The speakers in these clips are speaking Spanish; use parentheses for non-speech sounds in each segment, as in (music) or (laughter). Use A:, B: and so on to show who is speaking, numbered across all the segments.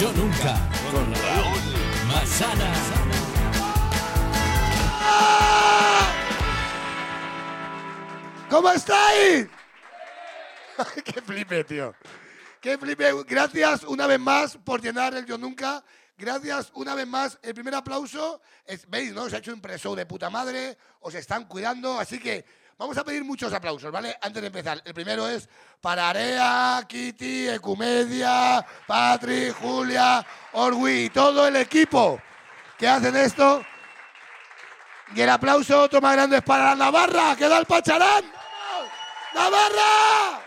A: Yo nunca. Con Raúl Masana.
B: ¿Cómo estáis? (laughs) ¡Qué flipe, tío! ¡Qué flipe! Gracias una vez más por llenar el Yo Nunca. Gracias una vez más. El primer aplauso. es- ¿Veis, no? Se ha hecho un preso de puta madre. Os están cuidando. Así que vamos a pedir muchos aplausos, ¿vale? Antes de empezar. El primero es para Area, Kitty, Ecumedia, Patri, Julia, Orwi y todo el equipo que hacen esto. Y el aplauso otro más grande es para la Navarra, que da el pacharán. ¡Vamos! ¡Navarra!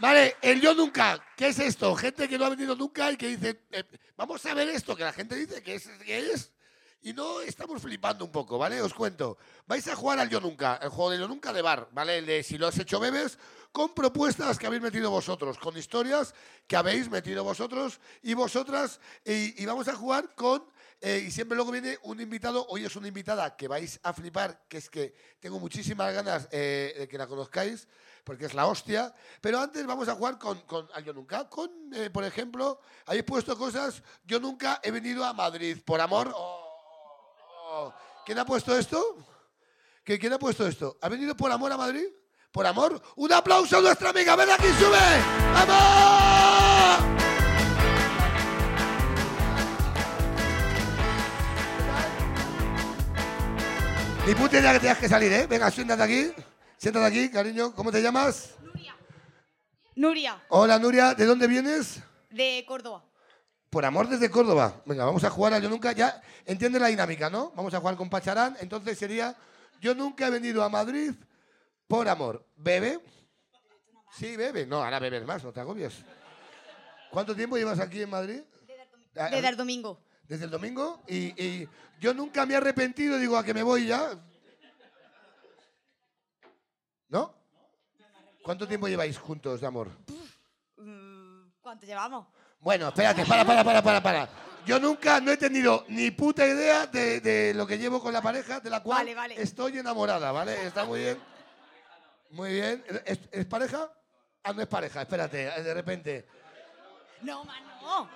B: Vale, el yo nunca. ¿Qué es esto? Gente que no ha venido nunca y que dice, eh, vamos a ver esto, que la gente dice que es, que es. Y no estamos flipando un poco, ¿vale? Os cuento. Vais a jugar al yo nunca, el juego del yo nunca de bar, ¿vale? El de si lo has hecho bebes, con propuestas que habéis metido vosotros, con historias que habéis metido vosotros y vosotras. Y, y vamos a jugar con eh, y siempre luego viene un invitado, hoy es una invitada que vais a flipar, que es que tengo muchísimas ganas eh, de que la conozcáis, porque es la hostia. Pero antes vamos a jugar con, con al Yo Nunca, con, eh, por ejemplo, habéis puesto cosas, yo nunca he venido a Madrid, por amor. Oh, oh. ¿Quién ha puesto esto? ¿Qué- ¿Quién ha puesto esto? ¿Ha venido por amor a Madrid? ¿Por amor? ¡Un aplauso a nuestra amiga! ¡Ven aquí, sube! ¡Vamos! Ni puta idea que tenías que salir, ¿eh? Venga, siéntate aquí. Siéntate aquí, cariño. ¿Cómo te llamas?
C: Nuria,
B: Hola, Nuria. ¿De dónde vienes?
C: de Córdoba.
B: Por amor desde Córdoba. Venga, vamos a jugar a Yo Nunca. Ya entiendes la dinámica, ¿no? Vamos a jugar con Pacharán. Entonces sería Yo Nunca he venido a Madrid por amor. ¿Bebe? Sí, bebe. No, ahora bebes más, no te agobies. ¿Cuánto tiempo llevas aquí en Madrid? Ah,
C: Desde el domingo.
B: desde el domingo y, y yo nunca me he arrepentido, digo, a que me voy ya. ¿No? ¿Cuánto tiempo lleváis juntos, de amor?
C: Mm, ¿Cuánto llevamos?
B: Bueno, espérate, para, para, para, para, para. Yo nunca no he tenido ni puta idea de, de lo que llevo con la pareja, de la cual
C: Vale, vale.
B: estoy enamorada, ¿vale? Está muy bien. Muy bien. ¿Es, es pareja? Ah, no es pareja, espérate, eh, de repente.
C: No, más no.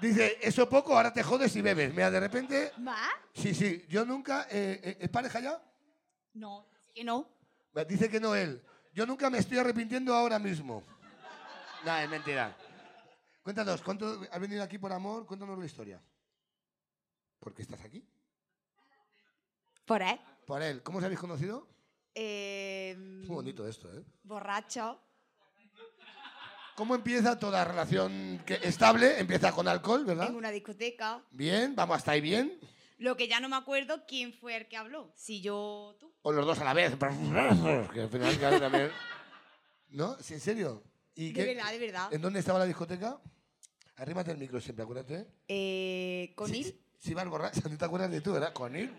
B: Dice, eso poco, ahora te jodes y bebes. Mira, de repente
C: ¿Más?
B: Sí, sí, yo nunca. eh, eh, ¿Es pareja ya?
C: No, que no.
B: Me Dice que no él. Yo nunca me estoy arrepintiendo ahora mismo. No, es mentira. Cuéntanos, ¿cuánto has venido aquí por amor? Cuéntanos la historia. ¿Por qué estás aquí?
C: Por él.
B: Por él. ¿Cómo os habéis conocido?
C: Eh,
B: Es muy bonito esto, ¿eh?
C: Borracho.
B: ¿Cómo empieza toda relación que- estable? Empieza con alcohol, ¿verdad?
C: En una discoteca.
B: Bien, vamos hasta ahí bien.
C: Lo que ya no me acuerdo quién fue el que habló. Si yo o tú.
B: O los dos a la vez. (laughs) Que al final claro, también. ¿No? ¿Sí, ¿En serio? ¿Y
C: De
B: qué-
C: verdad, de verdad.
B: ¿En dónde estaba la discoteca? Arrímate el micro siempre, acuérdate.
C: Eh, ¿Conil?
B: Sí, sí, vas borracha, no te acuerdas (laughs) de tú, ¿verdad? Conil.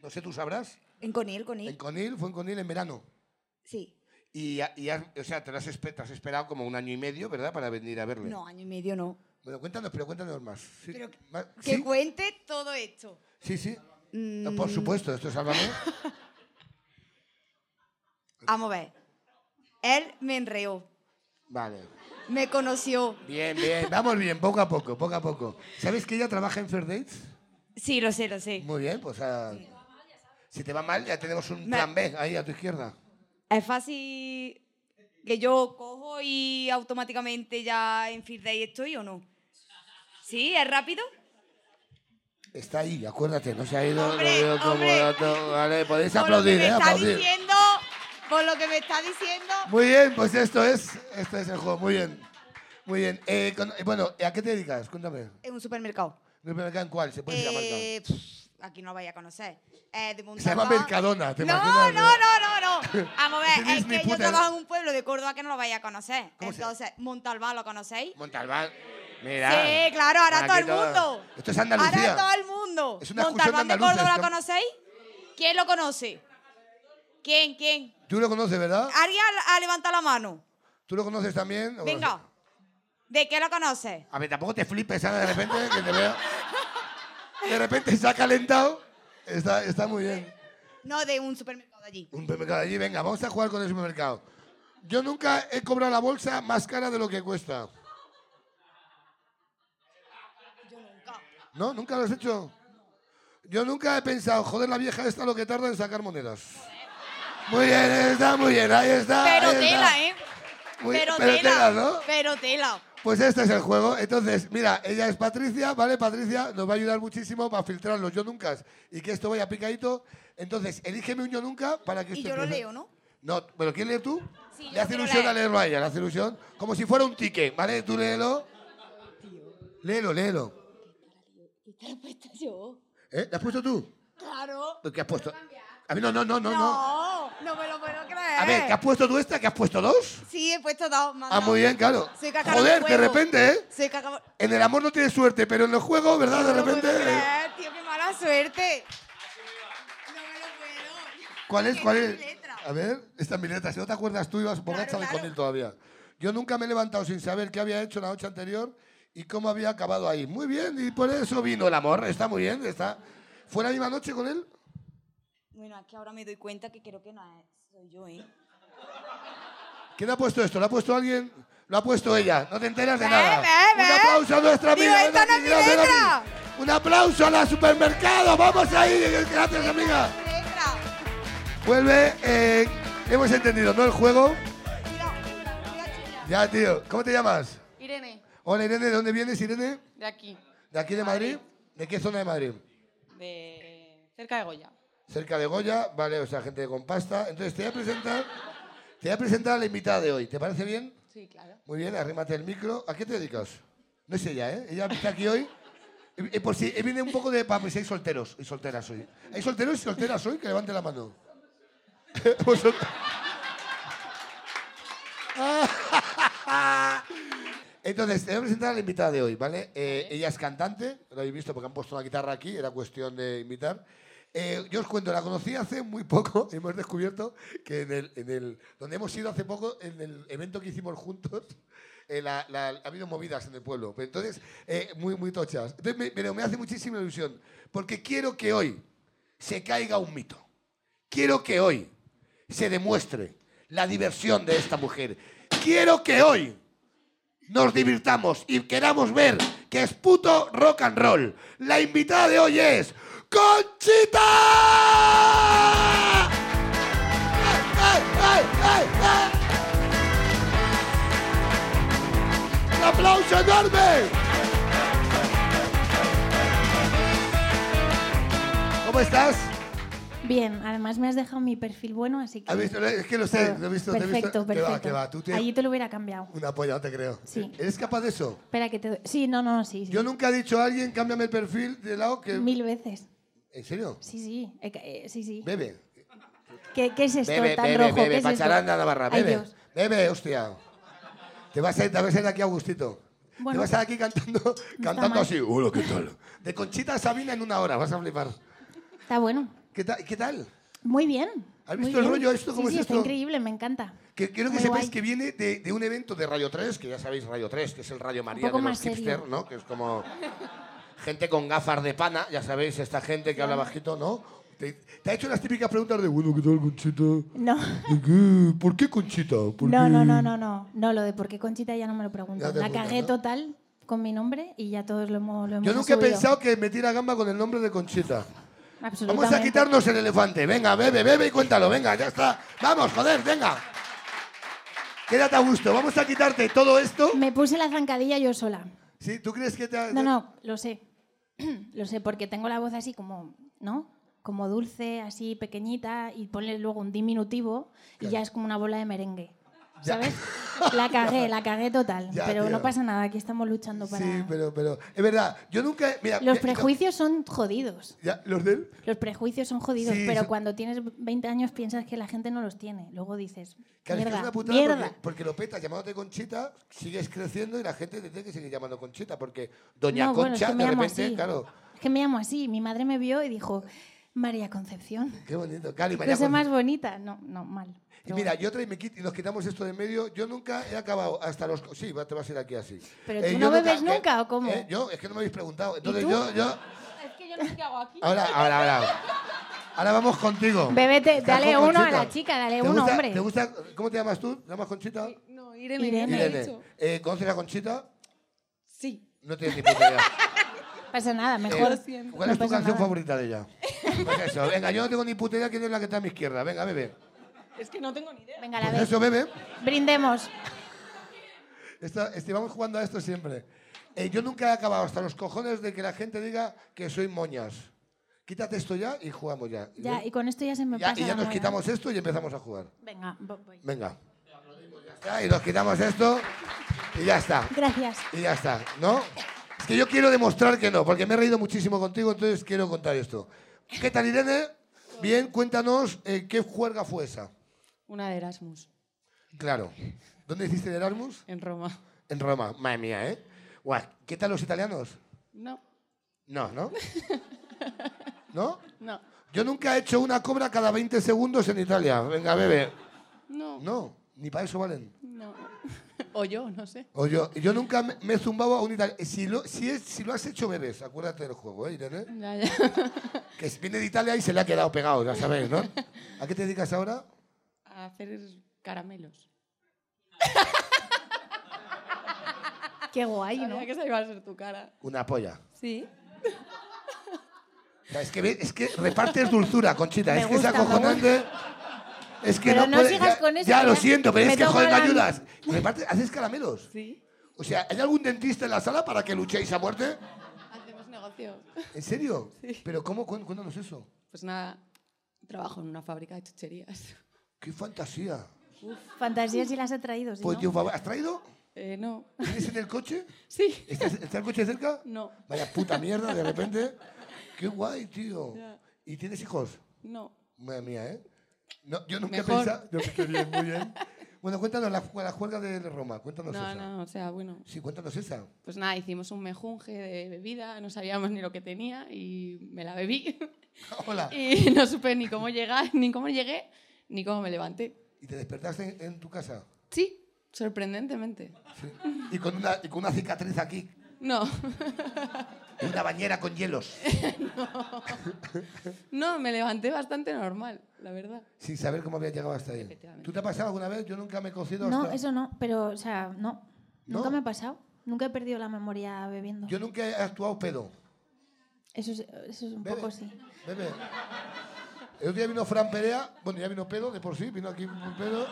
B: No sé, tú sabrás.
C: En Conil, Conil.
B: En Conil, fue en Conil en verano.
C: Sí.
B: Y, y has- o sea, te, lo has, espe- te has esperado como un año y medio, ¿verdad? Para venir a verle.
C: No, año y medio no.
B: Bueno, cuéntanos, pero cuéntanos más. Sí,
C: Pero que-
B: más-
C: Que
B: ¿sí?
C: cuente todo esto. Mm,
B: sí, sí. No, por supuesto, esto
C: (laughs)
B: es Sálvame.
C: Vamos a ver. Él me enreó.
B: vale.
C: Me conoció.
B: Bien, bien. Vamos bien, poco a poco, poco a poco. ¿Sabes que ella trabaja en Fair Dates?
C: Sí, lo sé, lo sé.
B: Muy bien, pues... ah, si te va mal, ya tenemos un plan B ahí a tu izquierda.
C: Es fácil que yo cojo y automáticamente ya en Feed Day estoy o no. ¿Sí? ¿Es rápido?
B: Está ahí, acuérdate, no se ha ido,
C: Hombre,
B: lo veo como
C: hombre.
B: dato, Vale, podéis
C: Por lo que
B: aplaudir,
C: me
B: eh,
C: está
B: aplaudir.
C: diciendo, por lo que me está diciendo,
B: Muy bien, pues esto es, esto es el juego, muy bien. Muy bien. Eh, con- eh, bueno, ¿a qué te dedicas? Cuéntame.
C: es un supermercado.
B: ¿No me en cuál? ¿Se puede decir la marca?
C: Eh, pff, aquí no lo vais a conocer. Eh, de Punta
B: Se llama
C: Alba.
B: Mercadona, ¿te
C: no,
B: imaginas?
C: No, no, no, no. Vamos a
B: (laughs) No
C: ver,
B: tenéis
C: es
B: ni
C: que yo
B: puta idea.
C: trabajo en un pueblo de Córdoba que no lo vais a conocer.
B: ¿Cómo se-
C: Entonces, Montalbán, ¿lo conocéis?
B: Montalbán. Mira.
C: Sí, claro, ahora
B: Aquí
C: todo el mundo.
B: Esto es Andalucía.
C: Ahora todo el mundo.
B: Es una excursión
C: Montalbán
B: de
C: de
B: andaluces,
C: Córdoba, ¿la
B: ¿no?
C: conocéis? ¿Quién lo conoce? ¿Quién, quién?
B: Tú lo conoces, ¿verdad?
C: ¿Alguien ha ha levantado la mano?
B: ¿Tú lo conoces también? ¿O
C: Venga.
B: conoces?
C: ¿De qué lo conoce?
B: A ver, tampoco te flipes, Ana, de repente, que te veo. De repente se ha calentado. Está, está muy bien.
C: No, de un supermercado de allí.
B: Un supermercado allí, venga, vamos a jugar con el supermercado. Yo nunca he cobrado la bolsa más cara de lo que cuesta. ¿No? ¿Nunca lo has hecho? Yo nunca he pensado, joder, la vieja esta lo que tarda en sacar monedas. Muy bien, está, muy bien, ahí está.
D: Pero
B: ahí está.
D: tela, ¿eh?
B: Muy-
D: pero,
B: pero
D: tela.
B: tela, ¿no?
D: Pero tela.
B: Pues este es el juego. Entonces, mira, ella es Patricia, ¿vale? Patricia nos va a ayudar muchísimo para filtrar los yo nunca y que esto vaya picadito. Entonces, elígeme un yo nunca para que
C: Y
B: usted
C: yo lo (laughs)
B: empiece.
C: leo, ¿no?
B: No, ¿pero quién leer tú?
C: Sí,
B: le
C: yo
B: hace
C: quiero
B: ilusión a
C: leer.
B: leerlo a ella, le hace ilusión. Como si fuera un ticket, ¿vale? Tú léelo. Léelo, léelo.
D: ¿Qué puesto yo?
B: ¿Eh? ¿Le has puesto tú?
D: Claro.
B: ¿Qué has puesto? A mí no, no, no, no, no.
D: No, no me lo puedo creer.
B: A
C: eh.
B: ver, ¿qué has puesto tú esta? ¿Qué has puesto dos?
D: Sí, he puesto dos. me han
B: Ah,
D: dado.
B: muy bien, claro.
D: Soy cascarón
B: Joder, de
D: huevo.
B: repente, ¿eh?
D: Soy caca-
B: En el amor no tienes suerte, pero en los juegos, ¿verdad? De
D: No me lo
B: repente. eh,
D: puedo
C: Eh,
D: creer, tío, qué mala suerte. No me lo puedo.
B: ¿Cuál es?
D: Esta
B: ¿Cuál
D: es
B: es?
D: mi letra.
B: A ver, esta es mi letra. Si no te acuerdas tú, ibas borracha
D: Claro,
B: de
D: claro.
B: conil todavía. Yo nunca me he levantado sin saber qué había hecho la noche anterior y cómo había acabado ahí. Muy bien, y por eso vino el amor. Está muy bien, está. ¿Fue la misma noche con él?
C: Bueno, es que ahora me doy cuenta que creo que no es- soy yo, ¿eh?
B: ¿Quién ha puesto esto? ¿Lo ha puesto alguien? Lo ha puesto ella. No te enteras de
D: Ve,
B: nada.
D: ve,
B: Un
D: ve.
B: aplauso a nuestra
D: Digo,
B: amiga. ven
D: esta no
B: aquí,
D: es mi
B: gracias, ven
D: letra.
B: aquí. Un aplauso a la supermercado. Vamos ahí. Gracias, amiga.
D: Letra.
B: Vuelve. eh, hemos entendido, ¿no? El juego.
D: Mira, mira, chica.
B: Ya, tío. ¿Cómo te llamas?
D: Irene,
B: Hola Irene, ¿de dónde vienes Irene?
D: de aquí,
B: ¿De aquí de Madrid? ¿De qué zona de Madrid?
D: de cerca de Goya.
B: Cerca de Goya, vale, o sea, gente con pasta. Entonces te voy a presentar, te voy a presentar a la invitada de hoy. ¿Te parece bien?
D: Sí, claro.
B: Muy bien, arrímate el micro. ¿A qué te dedicas? No es ella, ¿eh? Ella está aquí hoy. Eh, eh, por si eh, viene un poco de para si hay solteros y solteras hoy. ¿Hay solteros y solteras hoy? Que levante la mano. (laughs) Pues Vosotros- (laughs) Entonces, te voy a presentar a la invitada de hoy, ¿vale? Eh, Ella es cantante, lo habéis visto porque han puesto la guitarra aquí, era cuestión de invitar. Eh, yo os cuento, la conocí hace muy poco, (laughs) hemos descubierto que en el, en el- donde hemos ido hace poco, en el evento que hicimos juntos, eh, la- la- ha habido movidas en el pueblo, pero entonces, eh, muy, muy tochas. Entonces, me- pero me hace muchísima ilusión, porque quiero que hoy se caiga un mito. Quiero que hoy se demuestre la diversión de esta mujer. Quiero que hoy nos divirtamos y queramos ver que es puto rock and roll. La invitada de hoy es Conchita. ¡Ay, ay, ay, ay! ¡Un aplauso enorme! ¿Cómo estás?
E: Bien, además me has dejado mi perfil bueno, así que.
B: ¿Has visto? Es que lo sé, lo he visto. te he visto.
E: Perfecto, perfecto.
B: ¿Qué va, qué va? Tú tienes
E: Allí te lo hubiera cambiado.
B: una polla, no te creo.
E: Sí.
B: ¿Eres capaz de eso?
E: Espera que te doy. Sí, no, no, sí. sí.
B: Yo nunca he dicho a alguien, cámbiame el perfil de lado que...
E: Mil veces.
B: ¿En serio?
E: Sí, sí. eh, que- eh, sí, sí.
B: Bebe.
E: ¿Qué, qué es esto
B: Bebe,
E: tan
B: bebe,
E: rojo? ¿Qué
B: bebe.
E: es esto?
B: Pacharanda la barra.
E: Ay,
B: Bebe.
E: Dios.
B: Bebe, hostia. Te vas a ir, te vas a ir aquí a gustito. te
E: Bueno.
B: vas a ir aquí cantando, cantando
E: mal.
B: así. Hola, ¿qué tal? De Conchita a Sabina en una hora, vas a flipar.
E: Está bueno.
B: ¿Qué, tal- qué tal?
E: Muy bien.
B: ¿Has
E: muy
B: visto el
E: bien.
B: rollo esto? ¿Cómo es
E: sí, sí, está
B: esto?
E: increíble, me encanta.
B: Que quiero que
E: Muy
B: sepáis
E: guay.
B: que viene de, de un evento de Radio 3, que ya sabéis Radio 3, que es el Radio María
E: poco
B: de los
E: más serio.
B: hipster, ¿no? Que es como gente con gafas de pana, ya sabéis, esta gente que habla bajito, ¿no? Te, te ha hecho las típicas preguntas de, bueno, ¿qué tal, Conchita?
E: No.
B: ¿Y qué? ¿Por qué Conchita? ¿Por
E: No,
B: qué?
E: no, no, no, no. No, lo de por qué Conchita ya no me lo pregunto.
B: Ya te
E: La
B: apuntas,
E: cagué
B: ¿no?
E: total con mi nombre y ya todos lo hemos. Lo hemos
B: Yo nunca he
E: asumido.
B: pensado que metiera gamba con el nombre de Conchita.
E: Absolutamente.
B: Vamos a quitarnos el elefante. Venga, bebe, bebe y cuéntalo. Venga, ya está. Vamos, joder, venga. Quédate a gusto. Vamos a quitarte todo esto.
E: Me puse la zancadilla yo sola.
B: ¿Sí? ¿Tú crees que te ha-
E: No, no, lo sé. (clears throat) lo sé, porque tengo la voz así como, ¿no? Como dulce, así pequeñita, y ponle luego un diminutivo y ya es como una bola de merengue.
B: Ya.
E: ¿Sabes? La cagué, la cagué total.
B: Ya,
E: pero
B: tío.
E: no pasa nada, aquí estamos luchando para.
B: Sí, pero, pero es verdad, yo nunca... Mira,
E: Los
B: mira,
E: prejuicios son jodidos.
B: ya, los de él.
E: Los prejuicios son jodidos,
B: Sí,
E: pero
B: son-
E: cuando tienes 20 años piensas que la gente no los tiene. Luego dices,
B: Claro, es que es
E: mierda,
B: una putada
E: mierda.
B: Porque, porque lo petas llamándote Conchita, sigues creciendo y la gente te tiene que seguir llamando Conchita porque Doña
E: No, bueno, es
B: Concha
E: que me
B: de
E: llamo
B: repente,
E: así.
B: claro,
E: Es que me llamo así. Mi madre me vio y dijo, María Concepción.
B: qué bonito. Claro, y María
E: Cosa
B: Conce-
E: más bonita. No, no, mal.
B: Y
E: Pero
B: mira,
E: bueno.
B: yo otra y me quit- y nos quitamos esto de en medio. Yo nunca he acabado hasta los. Sí, va- te vas a ir aquí así.
E: Pero tú
B: Eh, yo
E: no bebes nunca, ¿o cómo?
B: eh, yo, es que no me habéis preguntado. Entonces
E: tú?
B: yo, yo.
D: Es que yo no sé qué hago aquí.
B: Ahora, ahora, ahora. Ahora vamos contigo.
E: Bébete,
B: Estás
E: dale
B: con
E: uno a
B: Conchita.
E: la chica, dale
B: ¿Te
E: uno,
B: gusta-
E: hombre.
B: ¿Te gusta? ¿Cómo te llamas tú? ¿Te llamas Conchita?
D: No, Irene,
E: Irene.
D: Irene.
B: Irene. Eh, ¿Conoces a Conchita?
D: Sí.
B: No tienes ni puta idea.
E: pasa nada, (laughs) mejor.
B: Eh, ¿Cuál
E: no
B: es tu
E: pasa
B: canción
E: nada.
B: favorita de ella? Pues eso, venga, yo no tengo ni puta idea quién es la que está a mi izquierda. Venga, bebe.
F: Es que no tengo ni idea.
E: Venga, la
B: Pues
E: vez.
B: eso, bebe.
E: Brindemos.
B: Esta- estábamos jugando a esto siempre. Eh, yo nunca he acabado hasta los cojones de que la gente diga que soy moñas. Quítate esto ya y jugamos ya.
E: Ya, y con esto ya se me
B: Ya,
E: pasa.
B: y ya
E: la
B: nos
E: moda.
B: quitamos esto y empezamos a jugar.
E: Venga, vo- voy.
B: Venga. Ya está, y nos quitamos esto y ya está.
E: Gracias.
B: Y ya está, ¿no? Es que yo quiero demostrar que no, porque me he reído muchísimo contigo, entonces quiero contar esto. ¿Qué tal, Irene? Bien, cuéntanos eh, qué juerga fue esa.
F: Una de Erasmus,
B: Claro. ¿Dónde hiciste el Erasmus?
F: en Roma.
B: En Roma. Madre mía, ¿eh? Guau, ¿Qué tal los italianos?
F: No,
B: No, ¿no? ¿No?
F: no,
B: Yo nunca he hecho una cobra cada 20 segundos en Italia. Venga, bebe.
F: no,
B: No, ni para eso valen.
F: no. (laughs) O yo, no sé.
B: O yo, yo nunca me, me he zumbado a un italiano. Si lo, si, es- si lo has hecho, bebes. Acuérdate del juego, ¿eh, Irene?
F: Ya, ya.
B: Que viene de Italia y se le ha quedado pegado, ya sabéis, ¿no? ¿A qué te dedicas ahora?
F: A hacer caramelos.
E: (laughs) Qué guay, ¿no?
F: Sabía que esa iba a ser tu cara.
B: Una polla.
F: Sí.
B: O sea, Es que, ve- es que repartes dulzura, Conchita.
E: Me
B: es que
E: gusta,
B: es
E: me gusta.
B: acojonante. Es que
E: Pero
B: no,
E: no
B: puede-
E: sigas
B: ya,
E: con eso,
B: Ya
E: que
B: lo
E: ya
B: siento, pero
E: me
B: es que joder, me
E: tocan.
B: ayudas. Repartes- ¿Haces caramelos?
F: Sí.
B: O sea, ¿hay algún dentista en la sala para que luchéis a muerte?
F: (laughs) Hacemos negocio.
B: ¿En serio? ¿Pero cómo? Cuén- Cuéntanos eso.
F: Pues nada, trabajo en una fábrica de chucherías.
B: ¡Qué fantasía!
E: Fantasías si las ha traído, si
B: Pues,
E: no.
B: Dios, favor, ¿has traído?
F: Eh, no.
B: ¿Tienes en el coche?
F: (laughs) Sí.
B: ¿Está, está el coche cerca?
F: No.
B: Vaya puta mierda, de
E: (laughs)
B: repente. ¡Qué guay, tío! ¿Y tienes hijos?
F: No.
B: Madre mía, ¿eh? No, yo nunca he
F: Mejor.
B: pensado... Yo, qué bien, muy bien. Bueno, cuéntanos la, ju- la juerga de Roma.
F: (laughs)
B: Cuéntanos
F: No,
B: esa.
F: no, o sea, bueno.
B: Sí, cuéntanos esa.
F: Pues nada, hicimos un mejunje de bebida, no sabíamos ni lo que tenía y me la bebí.
B: (laughs) Hola.
F: Y no supe ni cómo llegar, (laughs) ni cómo llegué, ni cómo me levanté.
B: ¿Y te despertaste en, en tu casa?
F: Sí, sorprendentemente.
B: Sí. Y con una, y con una cicatriz aquí.
F: No, (laughs)
B: Y una bañera con hielos.
F: no, me levanté bastante normal, la verdad.
B: sin saber cómo había llegado hasta ahí.
F: Efectivamente.
B: ¿Tú te ha pasado alguna vez? Yo nunca me he cocido
E: No,
B: hasta...
E: eso no, pero, o sea, no. Nunca
B: ¿No?
E: me ha pasado. Nunca he perdido la memoria bebiendo.
B: Yo nunca he actuado pedo.
E: Eso, es, eso es un
B: Bebe.
E: poco sí.
B: Bebe. El otro día vino Fran Perea, bueno, ya vino pedo de por sí, vino aquí un pedo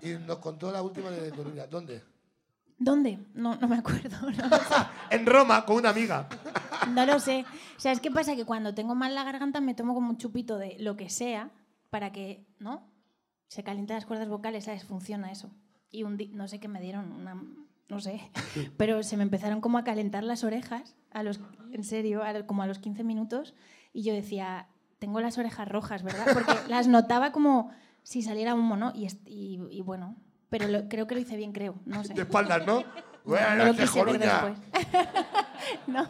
B: y nos contó la última de Coruña. ¿Dónde?
E: ¿Dónde? No, no me acuerdo. (laughs) No,
B: en Roma, con una amiga.
E: no lo sé. O sea, es que pasa que cuando tengo mal la garganta me tomo como un chupito de lo que sea para que, ¿no? Se calienten las cuerdas vocales, ¿sabes? Funciona eso. Y un día, no sé qué me dieron, una,
B: (laughs)
E: no sé, pero se me empezaron como a calentar las orejas, a los, en serio, a los- como a los 15 minutos, y yo decía, tengo las orejas rojas, ¿verdad?
B: (laughs)
E: Porque las notaba como si saliera humo, ¿no? Y, est- y, y bueno, pero lo- creo que lo hice bien, creo, no sé.
B: De espaldas, ¿no?
E: No
B: Buenas
E: lo
B: noches,
E: quise ver
B: Coruña.
E: después. (laughs) no,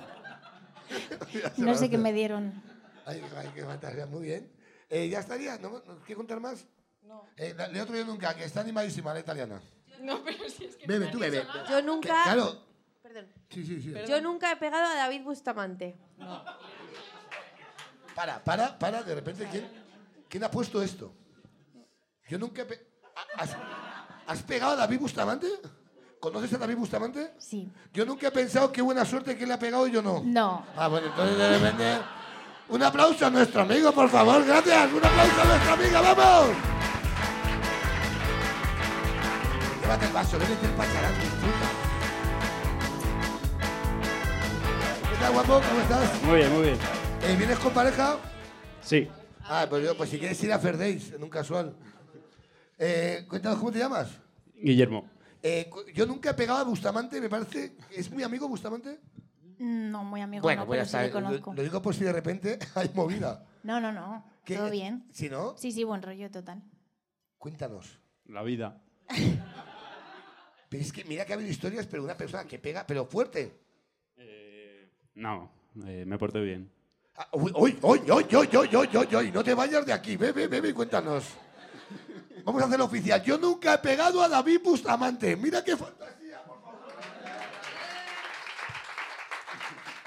E: no sé qué me dieron.
B: Ay, ay, qué fantasía, muy bien. Eh, ya estaría, ¿no? ¿No ¿Qué contar más? No. Eh, la- de otro yo nunca, que está animadísima la italiana.
F: (laughs) No, pero si es que...
B: Bebe, tú bebe.
D: Yo
B: Que-
D: nunca.
B: Claro.
D: Perdón.
B: Sí, sí, sí.
D: Yo nunca he pegado a David Bustamante.
B: Para, para, para, de repente, ¿quién, quién ha puesto esto? Yo nunca he pe- ha- ¿Has, has pegado a David Bustamante? ¿Conoces a David Bustamante?
E: Sí.
B: Yo nunca he pensado qué buena suerte que le ha pegado y yo no.
E: No.
B: Ah, bueno, entonces de repente. Un aplauso a nuestro amigo, por favor, gracias. Un aplauso a nuestra amiga, vamos. Llévate el vaso, debe el pacharán, disfruta. ¿Qué tal, guapo? ¿Cómo estás?
G: Muy bien, muy bien.
B: Eh, ¿Vienes con pareja?
G: Sí,
B: Ah, pues, yo, pues si quieres ir a Ferdeis, en un casual. Eh, cuéntanos, ¿cómo te llamas?
G: Guillermo.
B: Eh, cu- yo nunca he pegado a Bustamante, me parece. ¿Es muy amigo Bustamante?
E: No, muy amigo, no,
B: voy a
E: pero sí le conozco.
B: pues Lo, lo digo por si de repente (laughs) hay movida.
E: No, no, no.
B: ¿Qué-
E: Todo bien.
B: ¿Sí, no?
E: Sí, sí, buen rollo total.
B: Cuéntanos.
G: La vida.
B: Pero es que mira que ha habido historias, pero una persona que pega, pero fuerte.
G: No, eh, me porté bien.
B: Ah, Uy, uy, uy, uy, uy, uy, uy, uy, uy, no te vayas de aquí, bebe, bebe y cuéntanos. Vamos a hacerlo oficial. Yo nunca he pegado a David Bustamante. Mira qué fantasía, por favor.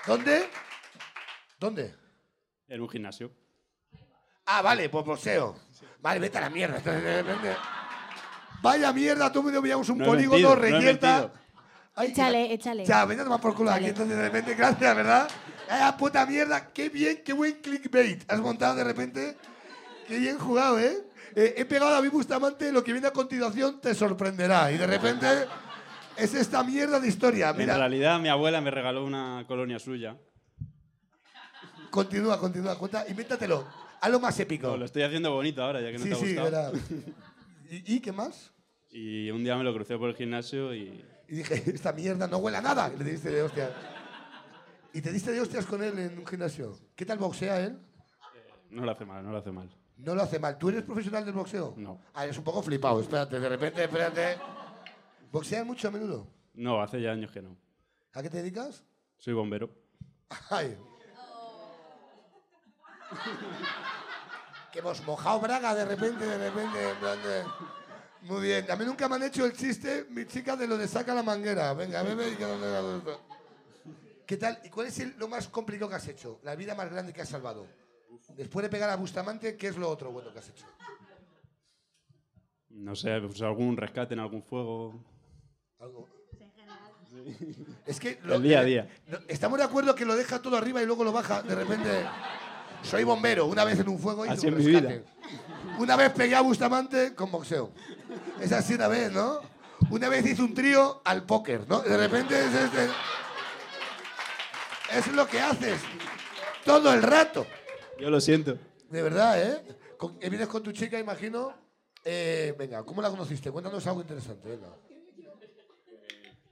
B: ¿Dónde? ¿Dónde?
G: En un gimnasio.
B: Ah, vale, por boxeo. Vale, vete a la mierda. (laughs) Vaya mierda, tú me llevamos un
G: No he
B: polígono
G: mentido, no he
B: reyerta.
G: mentido.
B: Ay,
E: Échale, échale.
B: Ya, vete a tomar por culo aquí,
E: Échale.
B: entonces de repente, gracias, ¿verdad? ¡Ah, puta mierda! ¡Qué bien, qué buen clickbait! Has montado de repente. ¡Qué bien jugado, eh! Eh, he pegado a David Bustamante, lo que viene a continuación te sorprenderá. Y de repente es esta mierda de historia.
G: En
B: Ah, Mira,
G: realidad, mi abuela me regaló una colonia suya.
B: continúa, continúa, cuenta, invéntatelo. Hazlo más épico.
G: No, lo estoy haciendo bonito ahora, ya que no
B: sí,
G: te ha
B: sí,
G: gustado.
B: verá. ¿Y, y qué más?
G: Y un día me lo crucé por el gimnasio y
B: Y dije, esta mierda no huele a nada. Y le diste de hostias. Y te diste de hostias con él en un gimnasio. ¿Qué tal boxea él?
G: no lo hace mal, no lo hace mal.
B: No lo hace mal. ¿Tú eres profesional del boxeo?
G: No.
B: Ah, eres un poco flipado. Espérate, de repente, espérate. ¿Boxeas mucho a menudo?
G: No, hace ya años que no.
B: ¿A qué te dedicas? (laughs)
G: Soy bombero.
B: Ay. (laughs) que hemos mojado braga de repente, de repente. en plan de- Muy bien. A mí nunca me han hecho el chiste, mi chica, de lo de saca la manguera. Venga, bebe y que no tenga gusto. ¿Qué tal? ¿Y cuál es el- lo más complicado que has hecho? La vida más grande que has salvado. Después de pegar a Bustamante, ¿qué es lo otro bueno que has hecho?
G: No sé, pues algún rescate en algún fuego.
B: Algo. Es que
G: El día a día.
B: no, estamos de acuerdo que lo deja todo arriba y luego lo baja. De repente, soy bombero, una vez en un fuego y
G: Así
B: un
G: es mi vida.
B: Una vez pegué a Bustamante con boxeo. Es así una vez, ¿no? Una vez hice un trío al póker, ¿no? De repente es este. Es lo que haces todo el rato.
G: Yo lo siento.
B: De verdad, ¿eh? Con- eh, vienes con tu chica, imagino. Eh, venga, ¿cómo la conociste? Cuéntanos algo interesante, venga.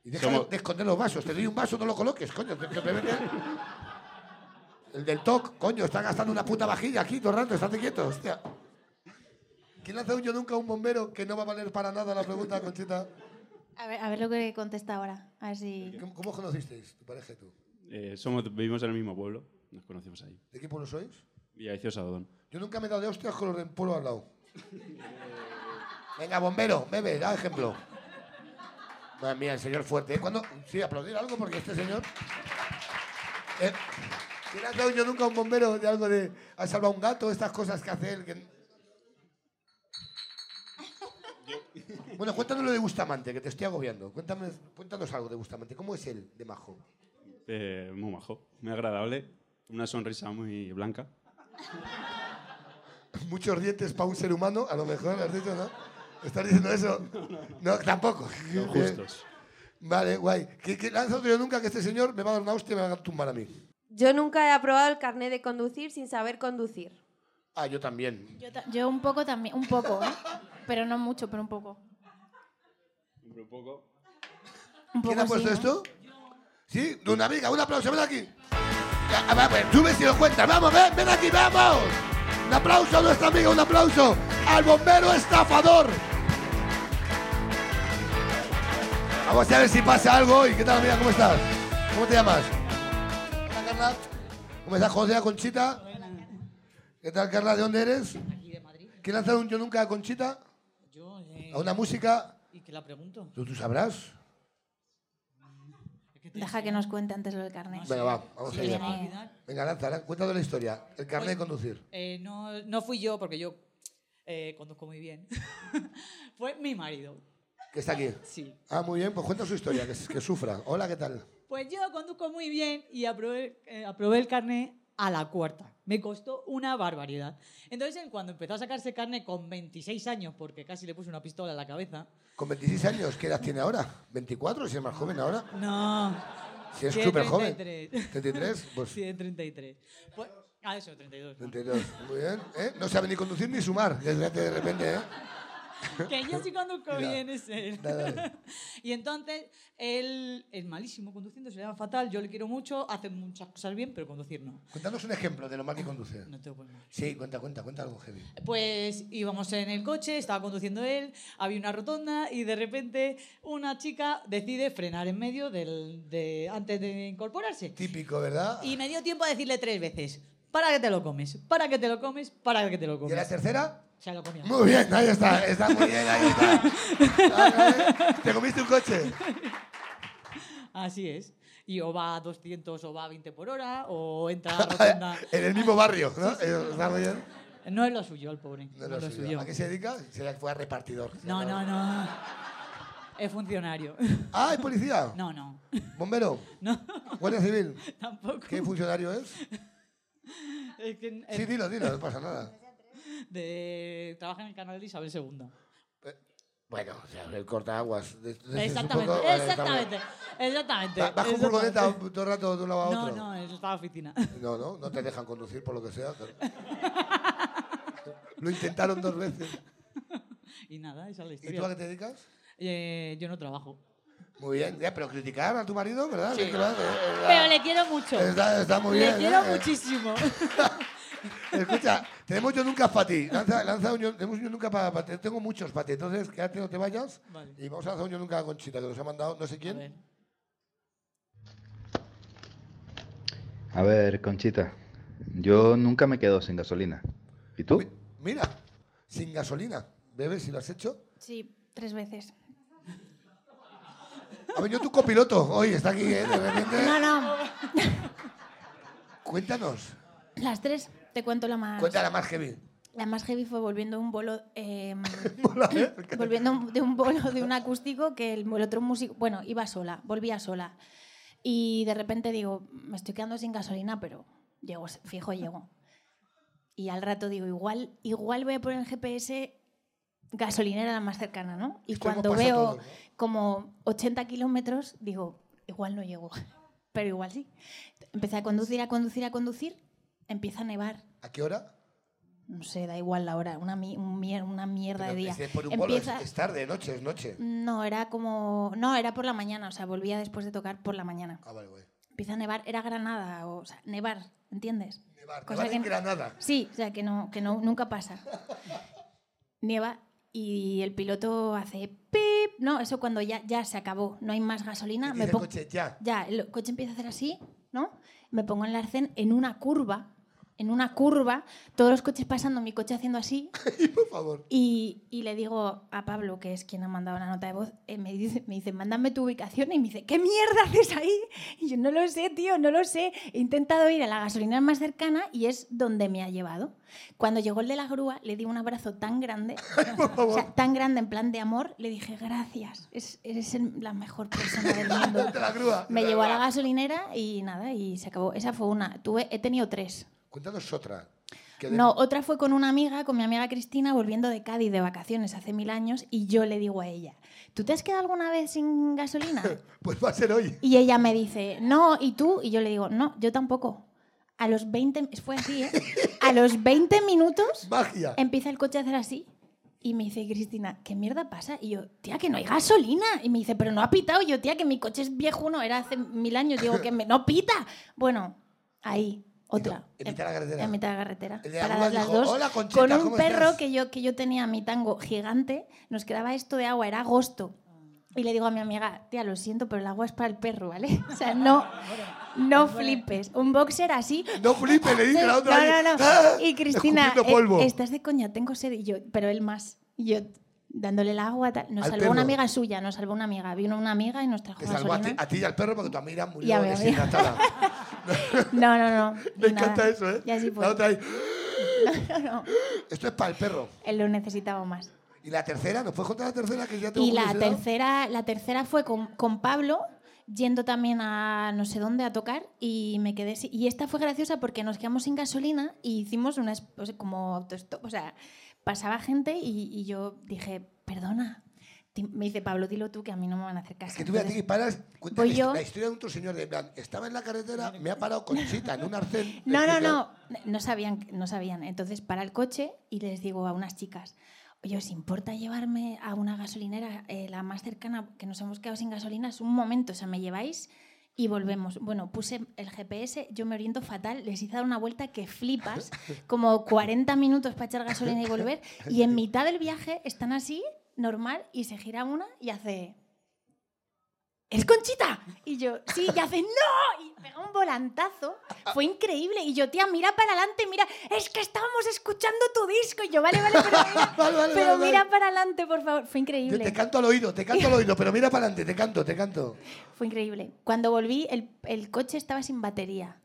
B: Y deja
G: Somos-
B: de esconder los vasos. Te doy un vaso, no lo coloques, coño. te- te- te- te- El del TOC, coño, está gastando una puta vajilla aquí todo el rato, estate quieto, hostia. ¿Quién hace un yo nunca a un bombero que no va a valer para nada la pregunta, Conchita?
E: A ver, a ver lo que contesta ahora. A ver si...
B: ¿Cómo, cómo os conocisteis, tu pareja y tú?
G: Eh, somos, vivimos en el mismo pueblo, nos conocimos ahí.
B: ¿De qué pueblo sois?
G: Villaviciosa Odón.
B: Yo nunca me he dado de hostias con los del pueblo al lado. Venga, bombero, bebe, da ejemplo. Madre mía, el señor fuerte. ¿eh? ¿Cuándo? Sí, aplaudir algo porque este señor. Eh, ¿Quién ha dado yo nunca a un bombero de algo de. ha salvado a un gato? Estas cosas que hace él. que- Bueno, cuéntanos lo de Bustamante, que te estoy agobiando. Cuéntame, cuéntanos algo de Bustamante. ¿Cómo es él de majo?
G: Eh, muy majo, muy agradable, una sonrisa muy blanca.
B: muchos dientes para un ser humano, a lo mejor, has dicho, ¿no? ¿Estás diciendo eso? No, tampoco.
G: Son justos.
B: Vale, guay. Que, que lanza otro yo nunca que este señor me va a dar una hostia y me va a tumbar a mí.
H: Yo nunca he aprobado el carnet de conducir sin saber conducir.
B: Ah, yo también.
E: Yo, ta- yo un poco también, un poco, ¿eh? Pero no mucho, pero un poco.
G: Hombre, un poco.
E: Un poco
B: ¿Quién ha
E: sí,
B: puesto
E: ¿no?
B: esto? ¿Sí? De una amiga. Un aplauso, ven aquí. Ya, a ver, pues, tú ves si lo cuentas. Vamos, ven, ven aquí, vamos. Un aplauso a nuestra amiga, un aplauso al bombero estafador. Vamos a ver si pasa algo hoy. ¿Qué tal, amiga? ¿Cómo estás? ¿Cómo te llamas? Hola, Carla. ¿Cómo estás, José? Conchita? ¿Qué tal, Carla? ¿De dónde eres?
I: Aquí de Madrid.
B: ¿Quieres hacer un yo nunca a Conchita?
I: Yo, eh,
B: ¿A una música?
I: ¿Y qué la pregunto?
B: ¿Tú, tú sabrás?
I: Es que te-
E: Deja que nos cuente antes lo del carnet.
B: Venga, va, vamos
I: Ah, Sí,
B: allá.
I: se me va a olvidar.
B: Venga, lánzala, cuéntanos la historia. El carnet de conducir.
I: Eh, no, no fui yo, porque yo eh, conduzco muy bien. (laughs) Fue mi marido,
B: Que está aquí.
I: sí.
B: Ah, muy bien, pues cuenta su historia, que, que sufra. Hola, ¿qué tal?
I: Pues yo conduzco muy bien y aprobé, eh, aprobé el carnet a la cuarta. Me costó una barbaridad. Entonces, él, cuando empezó a sacarse carnet con 26 años, porque casi le puse una pistola en la cabeza.
B: Con 26 años, ¿qué edad tiene ahora? ¿24? Si es más joven ahora.
I: No,
B: Si es
I: Tiene
B: súper joven.
I: 33.
B: ¿33? Pues
I: sí, en 33. Pues, ah, eso, 32. ¿no?
B: 32. Muy bien. ¿eh? No sabe ni conducir ni sumar. De repente, de repente, ¿eh?
I: (laughs) Que yo sí conduzco
B: Mira,
I: bien, es él.
B: dale, dale.
I: (laughs) y entonces, él es malísimo conduciendo, se le da fatal, yo le quiero mucho, hace muchas cosas bien, pero conducir no.
B: Cuéntanos un ejemplo de lo mal que conduce.
I: No te lo puedo imaginar.
B: Sí, cuenta, cuenta, cuenta algo heavy.
I: Pues íbamos en el coche, estaba conduciendo él, había una rotonda y de repente una chica decide frenar en medio del, de, antes de incorporarse.
B: Típico, ¿verdad?
I: Y me dio tiempo a decirle tres veces, para que te lo comes, para que te lo comes, para que te lo
B: ¿Y a la
I: comes.
B: tercera?
I: Se lo comía.
B: Muy bien, ahí está, está muy bien, ahí está.
I: (laughs)
B: Vale, ¿Te comiste un coche?
I: Así es. Y o va a 200 o va a 20 por hora o entra a
B: (laughs)
I: la rotonda.
B: en el mismo barrio, ¿no? Está muy bien.
I: No es lo suyo el pobre.
B: No lo suyo. ¿A qué se dedica? Se fue a repartidor.
I: No, no, no. Es funcionario.
B: (laughs) Ah, ¿es policía?
I: No, no.
B: ¿Bombero?
I: (laughs) No,
B: ¿Guardia civil?
I: tampoco.
B: ¿Qué funcionario es?
I: Es que en-
B: Sí, dilo, dilo, no pasa nada.
I: Eh, de- trabaja en el canal de Isabel II.
B: Bueno, o sea,
I: (laughs)
B: el cortaaguas. Eh, Es- es un
I: Exactamente,
B: poco- vale, está
I: exactamente,
B: bien.
I: exactamente.
B: Va- Baja un
I: exactamente.
B: furgoneta todo el rato de un lado a
I: No,
B: otro.
I: no, él está en la oficina.
B: No, no, no te dejan conducir por lo que sea. Lo intentaron dos veces.
I: (laughs) Y nada, esa es la
B: ¿Y tú a qué
I: historia.
B: te dedicas?
I: Eh, yo no trabajo.
B: Muy bien, ya, pero criticar a tu marido, Ah, ¿verdad? Sí. que lo hace, ¿verdad?
I: Pero le quiero mucho.
B: eh, Está, está muy bien.
I: Le quiero
B: ¿eh?
I: muchísimo.
B: Escucha, tenemos yo nunca para ti. Lanza, lanza un yo, tenemos un yo nunca para ti. Tengo muchos para ti. Entonces, quédate, no te vayas.
I: Vale.
B: Y vamos a hacer un yo nunca a Conchita, que nos ha mandado no sé
I: A
B: quién.
I: ver.
J: A ver, Conchita, yo nunca me quedo sin gasolina. ¿Y tú?
B: Mira, sin gasolina. Bebes si lo has hecho.
E: Sí, tres veces.
B: Ha venido tu copiloto hoy, está aquí, ¿eh? De repente.
E: No, no, (laughs)
B: Cuéntanos.
E: las tres. Te cuento la más.
B: Cuéntala más, Kevin.
E: La más heavy fue volviendo un bolo. eh,
B: (laughs) Mola, ¿eh?
E: (laughs) volviendo un- de un bolo de un acústico que el, el otro músico. Bueno, iba sola, volvía sola. Y de repente digo, me estoy quedando sin gasolina, pero llego, fijo, llego. Y al rato digo, igual, igual voy a poner el GPS gasolinera la más cercana, ¿no? Y
B: Esto nos
E: cuando
B: pasa a
E: veo
B: todos, ¿no?
E: como 80 kilómetros, digo, igual no llego, (laughs) pero igual sí. Empecé a conducir, a conducir, a conducir, empieza a nevar
B: ¿A qué hora?
E: no sé, da igual la hora, una, mi- un mier- una mierda
B: Pero
E: de día.
B: es Este, por un bolo, es-
E: Empieza,
B: es tarde, noche, es noche.
E: no, era como, no, era por la mañana, o sea, volvía después de tocar por la mañana.
B: Ah, vale, güey.
E: Empieza a nevar, era Granada, o, sea, nevar, ¿entiendes?
B: Nevar,
E: Mm, Cosa
B: nevar en
E: que- Ah,
B: Granada.
E: Sí, o sea, que no, que no, nunca pasa. (laughs) Nieva y el piloto hace pip, no, eso cuando ya, ya se acabó, no hay más gasolina,
B: Dice
E: me
B: el
E: pongo...
B: coche, ya.
E: Ya, el coche empieza a hacer así, ¿no? Me pongo en el arcén en una curva, en una curva, todos los coches pasando, mi coche
B: (laughs)
E: haciendo así,
B: Por favor.
E: y, y le digo a Pablo, que es quien ha mandado la nota de voz, eh, me, dice, me dice, mándame tu ubicación y me dice, ¿qué mierda haces ahí? Y yo no lo sé, tío, no lo sé. He intentado ir a la gasolinera más cercana y es donde me ha llevado. Cuando llegó el de la grúa, le di un abrazo
B: (laughs)
E: tan grande,
B: Por
E: o
B: favor.
E: sea, tan grande en plan de amor, le dije, gracias, es- eres el- la mejor persona del mundo.
B: (laughs) De la grúa.
E: Me
B: de
E: llevó a la
B: grúa.
E: gasolinera y nada, y se acabó. Esa fue una. Tuve, he tenido tres.
B: Cuéntanos otra. que de-
E: No, otra fue con una amiga, con mi amiga Cristina, volviendo de Cádiz de vacaciones hace mil años, y yo le digo a ella, ¿tú te has quedado alguna vez
B: (laughs)
E: sin gasolina?
B: Pues va a ser hoy.
E: Y ella me dice, no, ¿y tú? Y yo le digo, no, yo tampoco. A los 20, fue así, ¿eh? A los 20 minutos
B: (laughs) Magia.
E: Empieza el coche a hacer así y me dice Cristina, ¿qué mierda pasa? Y yo, tía, que no hay gasolina. Y me dice, pero no ha pitado. Y yo, tía, que mi coche es viejo, no, era hace mil años. Digo, que me, no pita. Bueno, ahí, otra.
B: En mitad de la carretera.
E: En mitad de la carretera.
B: El de la
E: Para
B: grúa
E: las
B: dijo,
E: dos.
B: "Hola, Conchita,
E: con un
B: ¿cómo
E: perro
B: estás?".
E: que yo, que yo tenía mi tango gigante, nos quedaba esto de agua, era agosto. Y le digo a mi amiga, tía, lo siento, pero el agua es para el perro, ¿vale? (laughs) O sea, no, no flipes. Un boxer así,
B: No flipes, le dice la otra.
E: no,
B: ahí,
E: no,
B: (laughs)
E: no.
B: ¡Ah!
E: Y Cristina,
B: Escupiendo
E: eh,
B: polvo.
E: estás de coña, tengo sed. Y yo, pero él más. Y yo dándole el agua, tal. Nos
B: Al
E: salvó una
B: perro.
E: amiga suya, nos salvó una amiga. Vino una amiga y nos trajo
B: Te salvó a ti,
E: gasolina.
B: a ti y al perro porque tu amiga
E: Y a
B: murió
E: mi amiga.
B: deshidratada.
E: (laughs)
B: (laughs)
E: No, no, no.
B: Me
E: Y nada.
B: encanta eso, ¿eh?
E: Y así fue.
B: La otra ahí.
E: (laughs) No, no,
B: Esto es para el perro.
E: Él lo necesitaba más.
B: ¿Y la tercera? ¿Nos puedes contar la tercera? Que ya tengo
E: Y la
B: curiosidad.
E: tercera, la tercera fue con, con Pablo, yendo también a no sé dónde a tocar, y me quedé sin- Y esta fue graciosa porque nos quedamos sin gasolina y hicimos una es- o sea, como autostop. O sea, pasaba gente y, y yo dije, perdona. Ti- Me dice Pablo, dilo tú que a mí no me van a hacer caso.
B: Es que tú ve a ti
E: Entonces-
B: que paras. Cuéntame
E: voy yo.
B: La historia de un tu señor de en plan. Estaba en la carretera, me ha parado Conchita en un arcén.
E: No,
B: Le
E: no,
B: explico,
E: no, no sabían, no sabían. Entonces para el coche y les digo a unas chicas, oye, ¿os importa llevarme a una gasolinera, eh, la más cercana, que nos hemos quedado sin gasolina? Es un momento, o sea, me lleváis y volvemos. Bueno, puse el GPS, yo me oriento fatal, les hice dar una vuelta que flipas, como 40 minutos para echar gasolina y volver, y en mitad del viaje están así, normal, y se gira una y hace... ¡Es Conchita! Y yo, sí, y hace, ¡no! Y pega un volantazo. Fue increíble. Y yo, tía, mira para adelante, mira, es que estábamos escuchando tu disco. Y yo, vale, vale, pero mira,
B: (laughs) Vale, vale,
E: pero
B: vale,
E: mira
B: vale.
E: para adelante, por favor. Fue increíble.
B: Yo te canto al oído, te canto al oído, pero mira para adelante, te canto, te canto.
E: Fue increíble. Cuando volví, el, el coche estaba sin batería.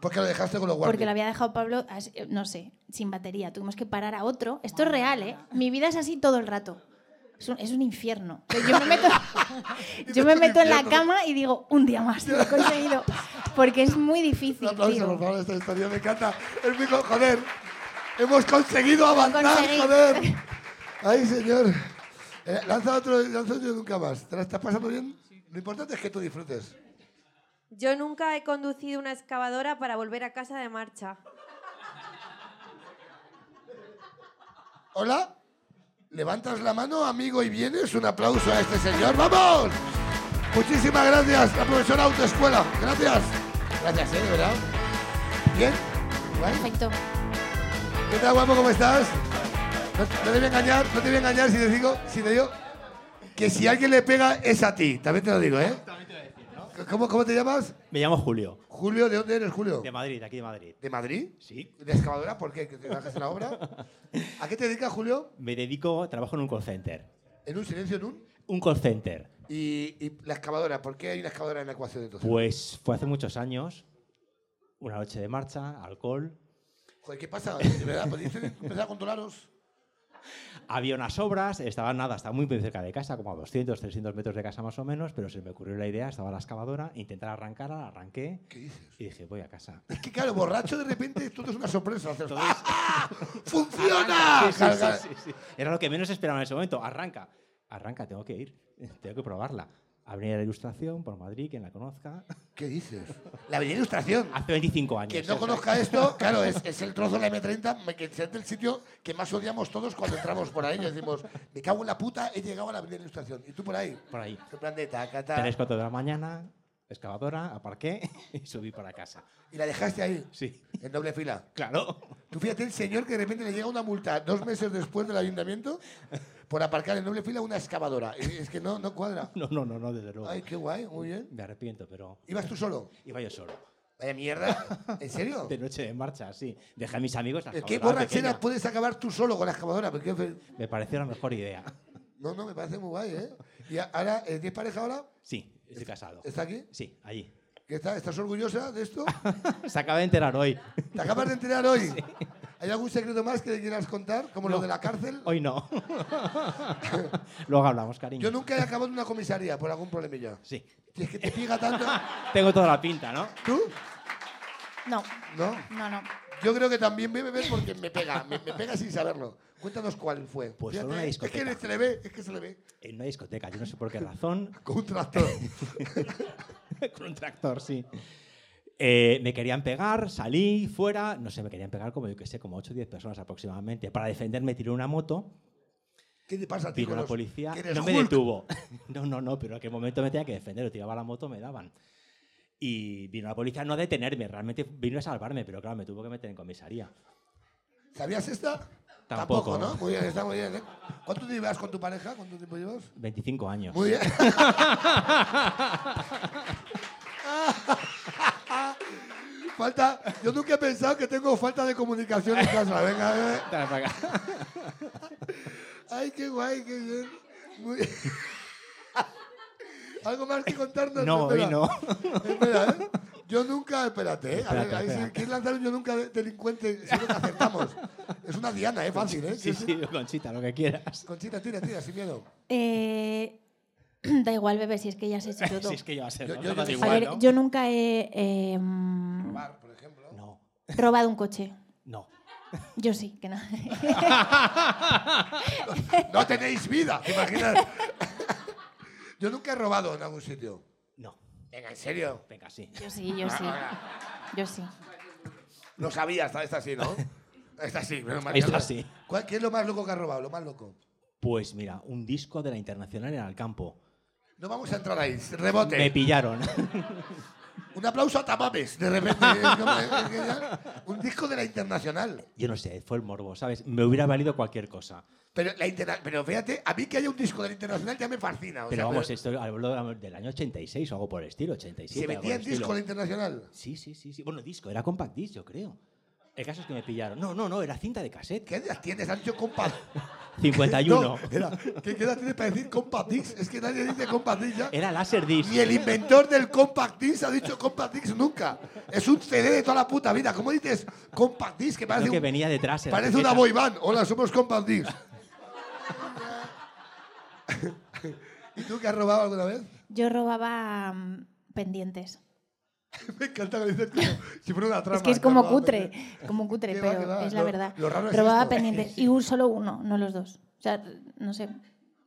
B: Porque lo dejaste con los guardias.
E: Porque lo había dejado Pablo, as- eh, no sé, sin batería. Tuvimos que parar a otro. Esto es real, ¿eh? Mi vida es así todo el rato. Es un, es
B: (laughs)
E: un infierno. Pero Yo me meto, yo me meto en la cama y digo, un día más, lo he conseguido. Porque es muy difícil.
B: Un aplauso,
E: tío.
B: por favor, a esta historia me encanta. Es mi co- joder. Hemos conseguido avanzar,
E: conseguí.
B: joder. Ay, señor. Eh, lanza otro, lanza otro nunca más. ¿Te la estás pasando bien? Lo importante es que tú disfrutes.
H: Yo nunca he conducido una excavadora para volver a casa de marcha.
B: Hola. Levantas la mano, amigo, y vienes. Un aplauso a este señor. ¡Vamos! Muchísimas gracias, la profesora Autoescuela. Gracias. Gracias, ¿eh? De verdad. ¿Bien? ¿Guay?
E: Perfecto.
B: ¿Qué tal, guapo? ¿Cómo estás? No, no te voy a engañar, no te voy a engañar si te digo, si te digo que si alguien le pega es a ti. También te lo digo, ¿eh? ¿Cómo, cómo te llamas?
K: Me llamo Julio.
B: Julio, ¿de dónde eres, Julio?
K: De Madrid, aquí de Madrid.
B: ¿De Madrid?
K: Sí.
B: ¿De excavadora? ¿Por qué? ¿Que ¿Te bajas en la
K: (laughs)
B: obra? ¿A qué te dedicas, Julio?
K: Me dedico, trabajo en un call center.
B: ¿En un silencio en un?
K: Un call center.
B: Y, y la excavadora, ¿por qué hay una excavadora en la ecuación entonces?
K: Pues fue hace muchos años, una noche de marcha, alcohol,
B: Joder, ¿qué pasa? De verdad, podéis empezar a controlaros.
K: había unas obras, estaba nada, estaba muy muy cerca de casa, como a 200, 300 metros de casa más o menos, pero se me ocurrió la idea, estaba la excavadora, intentar arrancarla, arranqué y dije, voy
B: (laughs)
K: a casa.
B: Es que claro, borracho de repente, todo es una sorpresa. Haces, ¡Ah! ¡Funciona!
K: Ah, Sí, sí, sí, sí, sí. Era lo que menos esperaba en ese momento. Arranca. Arranca, tengo que ir. Tengo que probarla. Avenida de la Ilustración, por Madrid, quien la conozca.
B: ¿Qué
K: (laughs)
B: dices? La Avenida Ilustración.
K: Hace 25 años.
B: Quien no conozca esto, claro, es, es el trozo de la M30, me- que es el sitio que más odiamos todos cuando entramos por ahí. que Decimos, me cago en la puta, he llegado a la Avenida de la Ilustración. ¿Y tú por ahí?
K: Por ahí.
B: En plan de taca, taca.
K: 3, 4 de la mañana, excavadora, aparqué (laughs) y subí para casa.
B: ¿Y la dejaste ahí?
K: Sí.
B: En doble fila.
K: Claro.
B: Tú fíjate el señor que de repente le llega una multa dos meses después del ayuntamiento por aparcar en doble fila una excavadora. Es es que no, no cuadra.
K: (laughs) No, no, no, no, desde luego.
B: Ay, qué guay, muy bien.
K: Me arrepiento, pero...
B: ¿Ibas tú solo?
K: Iba yo (laughs) solo.
B: Vaya mierda. ¿En serio?
K: De noche de marcha, sí. Dejé a mis amigos la
B: ¿En ¿Qué
K: excavadora
B: borrachera
K: pequeña.
B: puedes acabar tú solo con la excavadora? Porque,
K: Me pareció la mejor idea.
B: no, no, me parece muy guay, ¿eh? Y a- ahora, eh, ¿tienes pareja ahora?
K: Sí, (laughs) estoy casado.
B: ¿Está aquí?
K: Sí, allí.
B: ¿Qué está? ¿Estás orgullosa de esto?
K: Se acaba de enterar hoy.
B: ¿Te acabas de enterar hoy?
K: (laughs)
B: ¿Hay algún secreto más que quieras contar? Como lo
K: No.
B: de la cárcel.
K: Hoy no. (laughs) Luego hablamos, cariño.
B: Yo nunca he acabado en una comisaría por algún problemilla.
K: Sí.
B: Y es que te pica tanto.
K: (laughs) Tengo toda la pinta, ¿no?
B: ¿Tú?
E: No,
B: No.
E: no, no.
B: Yo creo que también voy a beber porque me pega, me, me pega sin saberlo. Cuéntanos cuál fue.
K: Pues fue
B: Fíjate,
K: una
B: es que
K: discoteca.
B: se le ve, es que se le ve.
K: En una discoteca, yo no sé por qué razón.
B: (laughs) Con un tractor.
K: (laughs) Con un tractor, sí. Eh, me querían pegar, salí fuera, no sé, me querían pegar como yo que sé, como 8 o 10 personas aproximadamente. Para defenderme tiré una moto,
B: ¿Qué te pasa a ti
K: vino
B: con
K: la
B: los-
K: policía,
B: que eres
K: no me
B: Hulk?
K: detuvo. (laughs) No, no, no, pero en aquel momento me tenía que defender, lo tiraba la moto, me daban. Y vino la policía no a detenerme, realmente vino a salvarme, pero claro, me tuvo que meter en comisaría.
B: ¿Sabías esta?
K: Tampoco.
B: ¿no? Muy bien, está muy bien. ¿eh? ¿Cuánto te llevas con tu pareja? ¿Cuánto tiempo llevas?
K: 25 años.
B: Muy
K: (laughs)
B: bien. (laughs) falta. Yo nunca he pensado que tengo falta de comunicación en casa. Venga, eh.
K: Dale para acá. (laughs)
B: Ay, qué guay, qué bien. Muy- ¿Algo más que contarnos?
K: No, hoy
B: Espera.
K: no.
B: Espera, ¿eh? Yo nunca, espérate, ¿eh? A ver,
K: Espérate,
B: ahí sí,
K: espérate.
B: ¿quieres lanzar un yo nunca de- delincuente? Si que acertamos. Es una diana, ¿eh? Fácil, ¿eh?
K: Sí, sí, (laughs) Conchita, lo que quieras.
B: Conchita, tira, tira, sin miedo.
E: Eh, (clears throat) da igual, bebé, si es que ya
K: (laughs)
E: has hecho todo.
K: Si es que yo a ser,
B: Yo-
K: ¿no?
B: yo- yo
K: Da
B: no sé.
E: A
K: igual,
E: ver,
K: ¿no?
E: yo nunca he eh, mm,
B: Bar, por ejemplo.
K: No,
E: robado un coche.
K: no.
E: Yo sí, que
B: (laughs)
E: no.
K: (laughs)
B: ¡No tenéis vida! ¿Te imaginas? (laughs) yo nunca he robado en algún sitio.
K: No.
B: Venga, ¿en serio?
K: Venga, sí.
E: Yo sí, yo sí. Yo sí.
B: Lo sabía, esta, esta sí, ¿no? Esta sí, pero mal.
K: Esta sí.
B: ¿Cuál- ¿Qué es lo más loco que has robado? Lo más loco.
K: Pues mira, un disco de la Internacional en Alcampo.
B: No vamos a entrar ahí. Rebote.
K: Me pillaron. (laughs)
B: Un aplauso a Tamames, de repente. ¿eh? Es como- es que ya- un disco de la internacional.
K: Yo no sé, fue el morbo, ¿sabes? Me hubiera valido cualquier cosa.
B: Pero, la interna- pero fíjate, a mí que haya un disco de la internacional ya me fascina. o
K: Pero
B: sea,
K: vamos, eh,
B: pero-
K: esto hablo del año 86 o algo por el estilo, 87.
B: ¿Se
K: algo
B: vendía en
K: por el
B: disco de la
K: estilo.
B: internacional?
K: Sí, sí, sí, sí. Bueno, disco, era compact disc, yo creo. El caso es que me pillaron. No, no, no, era cinta de cassette.
B: ¿Qué edad tienes, Ancho Compa? (laughs) (laughs)
K: 51.
B: No, era- ¿Qué qué edad tienes para decir Compact Disc? Es que nadie dice Compact Disc ya.
K: Era láser disc.
B: Ni el inventor del Compact Disc ha dicho Compact Disc nunca. Es un CD de toda la puta vida. ¿Cómo dices Compact Disc? Que
K: Creo
B: parece,
K: que
B: un-
K: venía detrás. en la
B: parece una
E: (laughs)
K: etiqueta.
B: boy band. Hola, somos Compact Disc. ¿Y tú que has robado alguna vez?
E: Yo robaba mm, pendientes.
B: Me encanta que lo dices como si fuera una trama.
E: es que es
B: Te
E: como
B: has robado
E: cutre,
B: pendientes.
E: como
B: (laughs)
E: cutre,
B: Qué va,
E: pero
B: qué va.
E: es la
B: Lo-
E: verdad.
B: lo raro es
E: robaba
B: esto. ¿eh? (laughs)
E: pendientes y un solo uno, no los dos. O sea, no sé.
B: (laughs)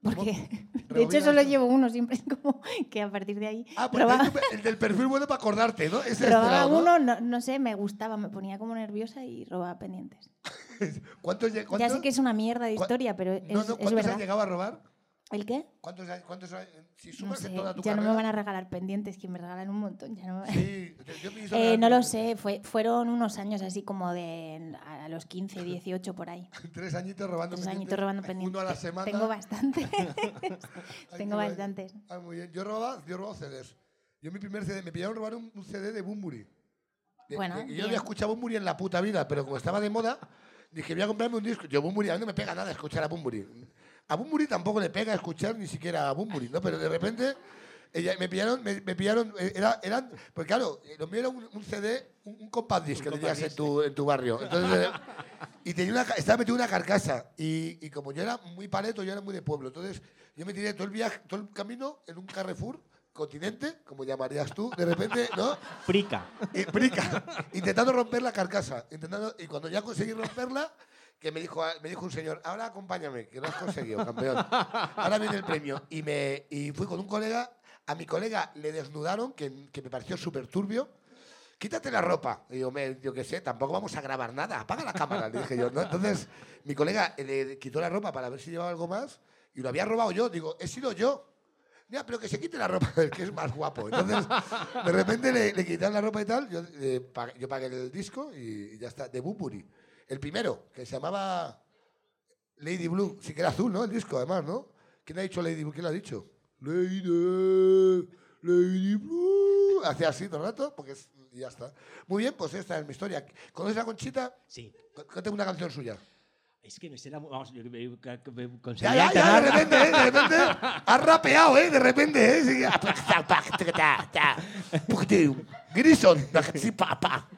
E: Porque, de hecho,
B: Rebobina
E: solo
B: esto.
E: llevo uno, siempre (laughs) es como que a partir de ahí
B: Ah, pues
E: robaba-
B: es tu- el del perfil bueno para acordarte, ¿no? Ese es el
E: Robaba
B: ¿no?
E: uno, no, no sé, me gustaba, me ponía como nerviosa y robaba pendientes.
B: ¿Cuántos, lle-
E: Ya
B: cuántos-
E: sé que es una mierda de historia, pero es,
B: no, no,
E: es
B: ¿cuántos
E: verdad.
B: has llegado a robar?
E: ¿El qué?
B: ¿Cuántos, has- cuántos has- si
E: No
B: sumas
E: sé,
B: en toda tu
E: ya no
B: carrera?
E: me van a regalar pendientes, que me regalan un montón. Ya no me- (laughs)
B: yo pienso
E: Eh,
B: que-
E: no lo sé, fue, fueron unos años así como de a
B: (laughs)
E: los 15, 18 por ahí.
B: Tres añitos robando
E: Tres
B: pendientes,
E: añitos robando
B: Uno
E: pendientes.
B: a la semana.
E: Tengo bastantes.
B: Ay,
E: Tengo
B: qué guay.
E: bastantes.
B: Ah, muy bien. Yo robaba, yo robaba CDs. Yo mi primer CD, me pillaron robar un, un CD de Bumburi. De-
E: Bueno,
B: de- Eh, yo
E: bien.
B: había escuchado Bumburi en la puta vida, pero como estaba de moda, dije, voy a comprarme un disco. Yo Bumburi, a mí no me pega nada escuchar a Bumburi. A Bumburi tampoco le pega escuchar ni siquiera a Bumburi, ¿no? Pero de repente ella- me pillaron, me, me pillaron, eh, era- eran, pues claro, eh, lo mío era un, un CD, un, un compact disc que tenías en tu, en tu barrio. Entonces, eh, y tenía una, ca- estaba metido en una carcasa. Y, y como yo era muy paleto, yo era muy de pueblo. Entonces, yo me tiré todo el viaje, todo el camino en un Carrefour, continente, como llamarías tú, de repente, ¿no?
K: Frica.
B: Y, brica, intentando romper la carcasa. Intentando, y cuando ya conseguí romperla, que me dijo, me dijo un señor, ahora acompáñame, que lo has conseguido, campeón. Ahora viene el premio. Y, me, y fui con un colega, a mi colega le desnudaron, que, que me pareció súper turbio. Quítate la ropa. Y yo, me, yo qué sé, tampoco vamos a grabar nada. Apaga la cámara, le dije yo. ¿no? Entonces, mi colega eh, le quitó la ropa para ver si llevaba algo más y lo había robado yo. Digo, he sido yo. Ya, pero que se quite la ropa, (laughs) el que es más guapo.
F: (laughs)
B: Entonces, de repente le, le quitaron la ropa y tal. Yo, eh, pa- yo pagué el disco y, ya está, de Bumburi. El primero, que se llamaba Lady Blue. Sí que era azul, ¿no? El disco, además, ¿no? ¿Quién ha dicho Lady Blue? ¿Quién lo ha dicho? Lady, Lady Blue. Hacía así todo el rato, porque es- y ya está. Muy bien, pues esta es mi historia. ¿Conoces a Conchita?
K: Sí.
B: Cuéntame una canción suya.
K: Es que me será. Vamos, yo, me- me- me
B: Ya,
K: conseguí
B: ya, ya, de
K: enterrar-
B: repente, ¿eh? De repente. Has rapeado, ¿eh? De
K: (laughs)
B: repente, ¿eh? Sí. Grison. Sí, pa, pa.
K: (laughs)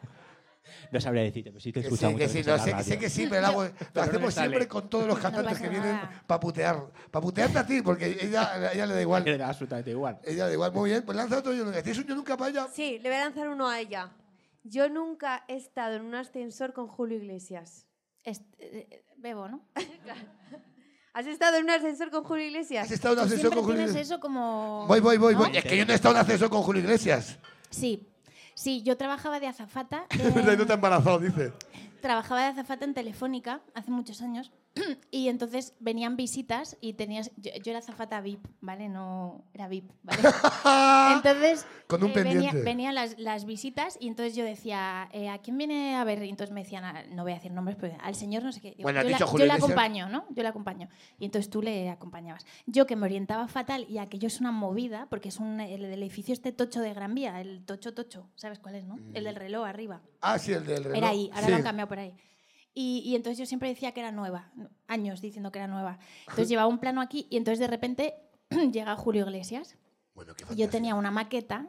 K: No sabría decirte, pero sí que he
B: Que
K: escuchado
B: sí, que
K: muchas
B: sí,
K: veces
B: no,
K: en la
B: sé,
K: radio.
B: sé que
E: (laughs)
B: sí, pero lo, hago- lo
K: Pero no me
B: hacemos
K: sale.
B: siempre con todos los
K: No
B: cantantes
K: pasa
B: que vienen
K: nada.
B: para putear. Para putearte a ti, porque ella, a ella le da
K: (laughs)
B: igual.
K: Le da absolutamente igual.
B: Ella le da igual. Muy bien, pues lanza otro yo nunca. ¿Tienes un yo nunca para ella?
H: Sí, le voy a lanzar uno a ella. Yo nunca he estado en un ascensor con Julio Iglesias.
E: eh, bebo, ¿no?
H: (laughs) ¿Has estado en un ascensor con Julio Iglesias?
B: ¿Has estado en un
E: Tú
B: ascensor
E: siempre
B: con Julio
E: tienes
B: Iglesias?
E: eso como...
B: Voy, voy, voy,
E: ¿no?
B: voy. Es que yo no he estado en ascensor con Julio
E: (laughs)
B: Iglesias.
E: Sí, sí, yo trabajaba
B: (laughs)
E: de azafata
B: Y no te ha embarazado, dice.
E: trabajaba de azafata en Telefónica hace muchos años (clears throat) y entonces venían visitas y tenías yo, yo era azafata VIP, ¿vale? No era VIP, ¿vale?
B: (laughs)
E: Entonces eh,
B: Con un
E: venía-
B: pendiente.
E: venían las, las visitas y entonces yo decía, eh, ¿a quién viene a ver? Y entonces me decían, "Ah, no voy a decir nombres, pero al señor no sé qué. Digo,
L: Bueno, has
E: yo la-
L: dicho
E: yo
L: Julio
E: le
L: Iglesias.
E: acompaño, ¿no? Yo le acompaño. Y entonces tú le acompañabas. Yo que me orientaba fatal y aquello es una movida porque es un, el, el edificio este tocho de Gran Vía, el tocho tocho, ¿sabes cuál es, no? El
B: Mm.
E: del reloj arriba.
B: Ah, sí, el del reloj.
E: Era ahí, ahora
B: Sí.
E: lo han cambiado por ahí. Y, y entonces yo siempre decía que era nueva, años diciendo que era nueva.
B: (laughs)
E: Entonces llevaba un plano aquí y entonces de repente (clears throat) llega Julio Iglesias. Y yo tenía una maqueta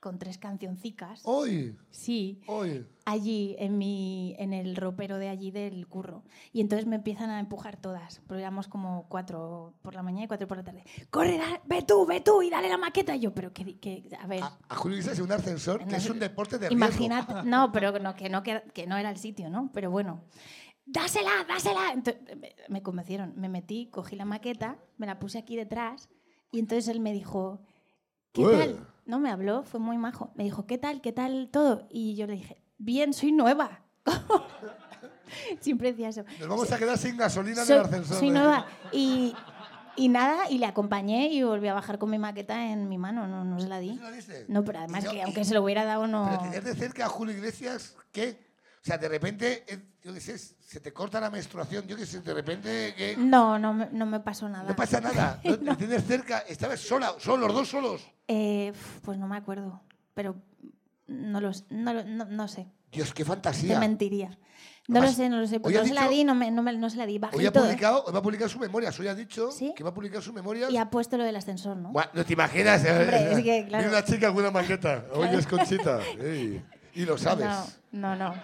E: con tres cancioncicas.
B: Hoy.
E: Sí.
B: Hoy.
E: Allí, en, mi, en el ropero de allí del curro. Y entonces me empiezan a empujar todas. Porque éramos como cuatro por la mañana y cuatro por la tarde. ¡Corre, da- ve tú, ve tú y dale la maqueta! Y yo, pero que... a ver...
B: A Julio Iglesias en un ascensor, que es un deporte de riesgo. (laughs)
E: Imagínate, no, pero no, que, no, que, que no era el sitio, ¿no? Pero bueno, dásela, dásela. Ento- me, me convencieron, me metí, cogí la maqueta, me la puse aquí detrás y entonces él me dijo, ¿qué
L: Ué.
E: tal? No me habló, fue muy majo. Me dijo, ¿qué tal? ¿Qué tal todo? Y yo le dije, bien, soy nueva. (laughs) Siempre decía eso.
B: Nos vamos a quedar sin gasolina en
E: Soy-
B: el ascensor. ¿eh?
E: Soy nueva. Y, y nada, y le acompañé y volví a bajar con mi maqueta en mi mano. No, no se la di. No, pero además
B: Y no-
E: que
B: y-
E: aunque se lo hubiera dado, no.
B: Pero tener de cerca a Julio Iglesias, ¿qué? O sea, de repente, eh, yo qué sé, se te corta la menstruación, yo qué sé, de repente, ¿qué?
E: No, no, me- no me pasó nada.
B: No pasa
E: (laughs)
B: nada. ¿no? Te tienes cerca, estabas sola, solo, los dos solos.
E: Eh, f- pues no me acuerdo, pero no lo, s- no, lo- no, no sé.
B: Dios, qué
E: Te
B: fantasía.
E: mentiría. No lo
B: Además,
E: sé, no lo sé.
B: hoy
E: porque
B: ha
E: no se la
B: dicho-
E: di, no, me, no, me- no se la di.
B: Hoy ha
E: Bajito, ¿eh?
B: publicado, hoy va a publicar su memoria, hoy ha dicho que va a publicar su memoria.
E: Y ha puesto lo del ascensor, ¿no?
B: Buah, no te imaginas. eh,
E: Hombre, es que,
B: viene
E: claro.
B: una chica con una maqueta. Oye, es Conchita. ey, Y lo sabes.
E: No, no, no.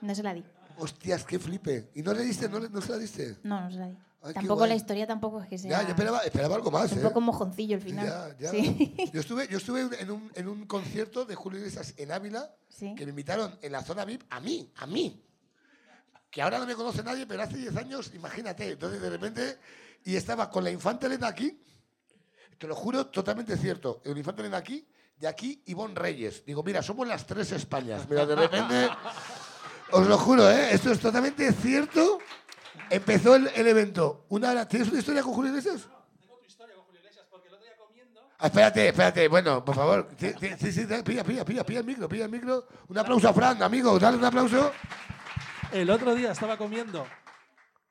E: No se la di.
B: Hostias, qué flipe. ¿Y no le diste? ¿No, le- no se la diste?
E: No, no se la di.
B: Ay, qué
E: tampoco
B: guay.
E: la historia tampoco es que sea.
B: Ya, yo esperaba, esperaba algo más.
E: Es un
B: ¿eh?
E: poco mojoncillo el final.
B: Ya, ya.
E: Sí.
B: Yo estuve, yo estuve en, un, en un concierto de Julio Iglesias en Ávila que me invitaron en la zona VIP a mí, a mí. Que ahora no me conoce nadie, pero hace 10 años, imagínate. Entonces, de repente, y estaba con la infanta Elena aquí, te lo juro, totalmente cierto. El infanta Elena aquí, de aquí, Ivonne Reyes. Digo, mira, somos las tres Españas. Mira, de repente, os lo juro, ¿eh? esto es totalmente cierto. Empezó el, el evento. Una hora. ¿Tienes una historia con Julio Iglesias? Ah, Espérate, espérate, bueno, por favor. Sí, sí, sí, sí, pilla, pilla, pilla, pilla el micro, pilla el micro. Un aplauso a Fran, amigo, dale un aplauso.
L: El otro día estaba comiendo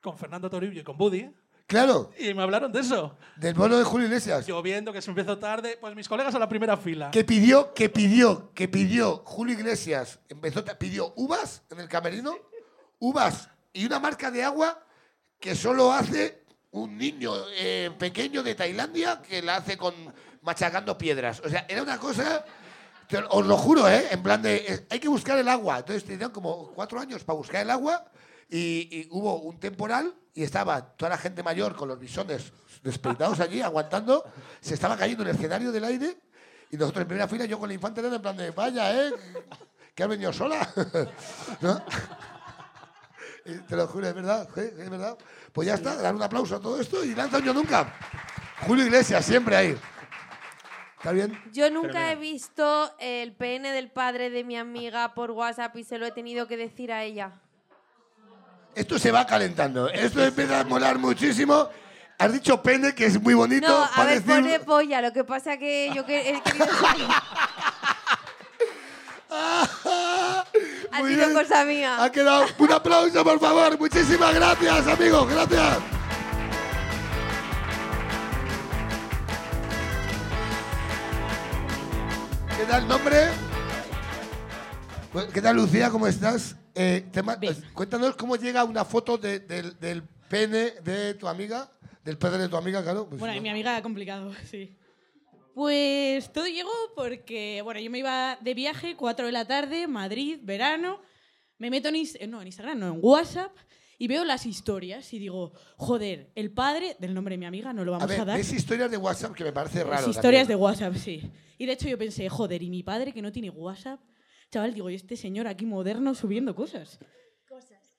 L: con Fernando Toribio y con Buddy.
B: Claro.
L: Y me hablaron de eso.
B: Del bolo de Julio Iglesias.
L: Yo viendo que se empezó tarde, pues mis colegas a la primera fila.
B: Que pidió, que pidió, que pidió Julio Iglesias, empezó, pidió uvas en el camerino, uvas y una marca de agua que solo hace un niño eh, pequeño de Tailandia que la hace con machacando piedras. O sea, era una cosa, te lo- os lo juro, ¿eh? En plan de, eh, hay que buscar el agua. Entonces tenían como cuatro años para buscar el agua y, y hubo un temporal y estaba toda la gente mayor con los bisones despeinados allí, aguantando, se estaba cayendo el escenario del aire y nosotros en primera fila, yo con la infanta Elena en plan de, vaya, ¿eh? Que has venido sola. (laughs) ¿No? Y Te lo juro, es verdad, ¿eh? es verdad. Pues ya está, dar un aplauso a todo esto y lanza un yo nunca. Julio Iglesias, siempre ahí. ¿Está bien?
H: Yo nunca he visto el PN del padre de mi amiga por WhatsApp y se lo he tenido que decir a ella.
B: Esto se va calentando. Esto empieza a molar muchísimo. Has dicho pene, que es muy bonito.
H: No, a
B: para
H: ver,
B: decir-
H: pone polla. Lo que pasa que yo que- he querido...
B: (laughs)
H: ha
B: Muy
H: sido
B: bien.
H: cosa mía.
B: Ha
H: (laughs)
B: quedado un aplauso, por favor. Muchísimas gracias, amigos. Gracias. ¿Qué tal, nombre? Bueno, ¿Qué tal, Lucía? ¿Cómo estás? Eh, te ma- cuéntanos cómo llega una foto de- del, del pene de tu amiga, del padre de tu amiga, claro. pues,
M: Bueno, y
B: ¿no?
M: mi amiga complicado, (laughs) sí. Pues todo llegó porque, bueno, yo me iba de viaje, 4 de la tarde, Madrid, verano. Me meto en, Ins- eh, no, en Instagram, no, en WhatsApp y veo las historias y digo, joder, el padre del nombre de mi amiga no lo vamos
B: a
M: a,
B: ver,
M: dar.
B: ves historias de WhatsApp que me parece
M: Las
B: raro.
M: historias de WhatsApp, sí. Y de hecho yo pensé, joder, ¿y mi padre que no tiene WhatsApp? Chaval, digo, ¿y este señor aquí moderno subiendo cosas?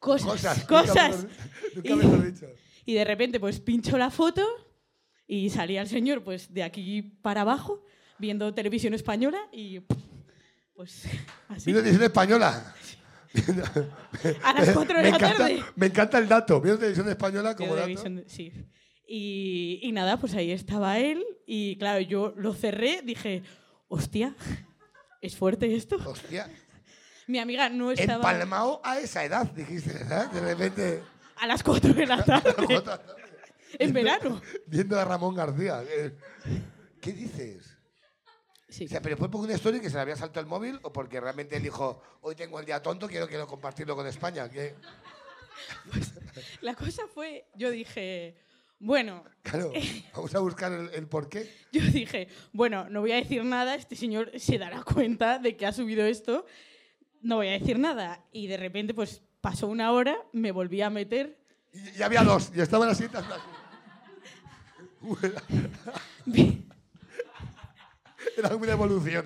M: Cosas. Cosas. Cosas.
B: Nunca mejor dicho.
M: Y de repente, pues pincho la foto y salía el señor, pues de aquí para abajo, viendo televisión española y. Pues (laughs) así.
B: Viendo televisión española.
M: A las cuatro de
B: me
M: la
B: encanta,
M: tarde.
B: Me encanta el dato. Viendo televisión española como
M: Viendo
B: dato.
M: televisión, sí. Y, y nada, pues ahí estaba él y claro, yo lo cerré, dije, hostia, (laughs) es fuerte esto.
B: Hostia.
M: Mi amiga no estaba.
B: Empalmao a esa edad, dijiste, ¿verdad? De repente.
M: A las 4 de
B: (laughs)
M: la tarde. en verano.
B: Viendo a Ramón García. eh, ¿Qué dices?
M: Sí.
B: O sea, pero fue por una historia que se le había saltado el móvil o porque realmente él dijo, hoy tengo el día tonto, quiero, quiero compartirlo con España. ¿Qué?
M: (laughs) La cosa fue, yo dije, bueno, (laughs)
B: Claro, vamos a buscar el, el porqué.
M: yo dije, bueno, no voy a decir nada, este señor se dará cuenta de que ha subido esto, no voy a decir nada. Y de repente, pues pasó una hora, me volví a
B: (laughs)
M: meter,
B: Y, y había dos, y estaban así. tan- tan- (laughs) Era como una evolución.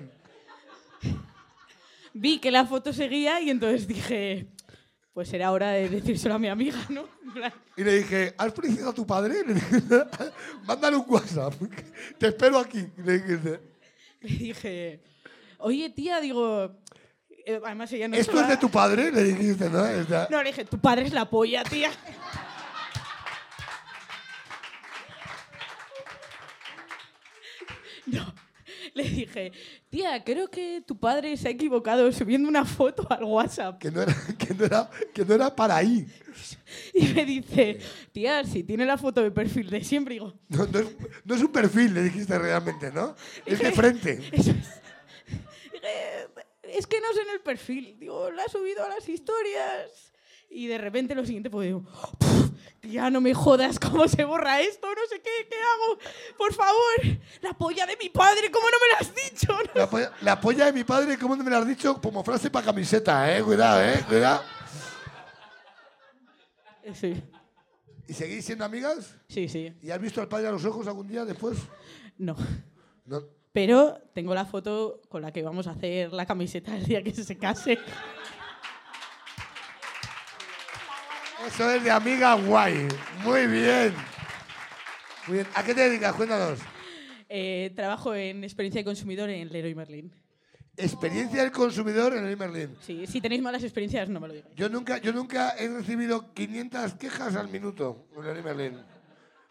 M: vi que la foto seguía y entonces dije, pues era hora de decírselo a mi amiga, ¿no? En plan,
B: Y le dije, ¿has felicitado a tu padre? Le dije, (laughs) Mándale un WhatsApp. Te espero aquí. Le dije,
M: Le dije, oye tía, digo, eh, además ella no
B: ¿Esto es
M: estaba-
B: de tu padre? Le dijiste, ¿no? O sea,
M: No, le dije, tu padre es la polla, tía. (laughs) No, le dije, tía, creo que tu padre se ha equivocado subiendo una foto al WhatsApp.
B: Que no era, que no era, que no era para ahí.
M: (laughs) Y me dice, tía, si tiene la foto de perfil de siempre, digo,
B: No, no es, no es un perfil, le dijiste
M: (laughs)
B: realmente, ¿no? Es de frente.
M: (laughs) "Eh, es que no sé en el perfil. Digo, la ha subido a las historias. Y de repente lo siguiente, pues digo, "Puf, tía, no me jodas cómo se borra esto, no sé qué, qué hago. Por favor, la polla de mi padre, ¿cómo no me la has dicho?
B: La polla, la polla de mi padre, ¿cómo no me lo has dicho? Como frase para camiseta, ¿eh? Cuidado, ¿eh? Cuidado.
M: Sí.
B: ¿Y seguís siendo amigas?
M: Sí, sí.
B: ¿Y has visto al padre a los ojos algún día después?
M: No.
B: No.
M: Pero tengo la foto con la que vamos a hacer la camiseta el día que se case.
B: Eso es de amiga guay. Muy bien. Muy bien. ¿A qué te dedicas? Cuéntanos.
M: Eh, trabajo en experiencia de consumidor en Leroy Merlin.
B: Experiencia del consumidor en el Merlin.
M: Sí, si tenéis malas experiencias, no me lo digáis.
B: Yo nunca, yo nunca he recibido 500 quejas al minuto en Leroy Merlin.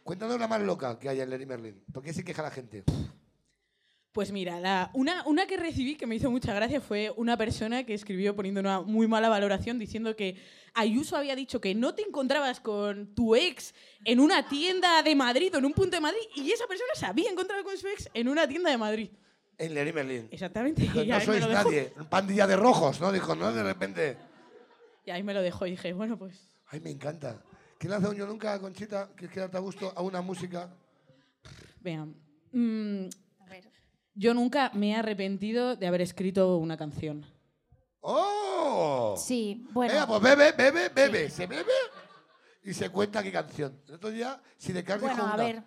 B: Cuéntanos la más loca que haya en Leroy Merlin. ¿Por qué se queja la gente?
M: Pues mira, la- una, una que recibí que me hizo mucha gracia fue una persona que escribió poniendo una muy mala valoración diciendo que Ayuso había dicho que no te encontrabas con tu ex en una tienda de Madrid o en un punto de Madrid y esa persona se había encontrado con su ex en una tienda de Madrid.
B: En Leroy Merlin.
M: Exactamente.
B: No,
M: y ahí me
B: sois
M: lo dejó.
B: nadie. Pandilla de rojos, ¿no? Dijo, ¿no? De repente.
M: Y ahí me lo dejó y dije, bueno, pues
B: Ay, me encanta. ¿Quién hace un yo nunca, Conchita? ¿Quieres quedarte a gusto a una música?
M: vean. Mm, Yo nunca me he arrepentido de haber escrito una canción.
B: ¡Oh!
E: Sí,
M: bueno.
B: Venga, pues bebe, bebe, bebe. Se bebe y se cuenta qué canción. El otro día, si de carne
E: Bueno, a ver.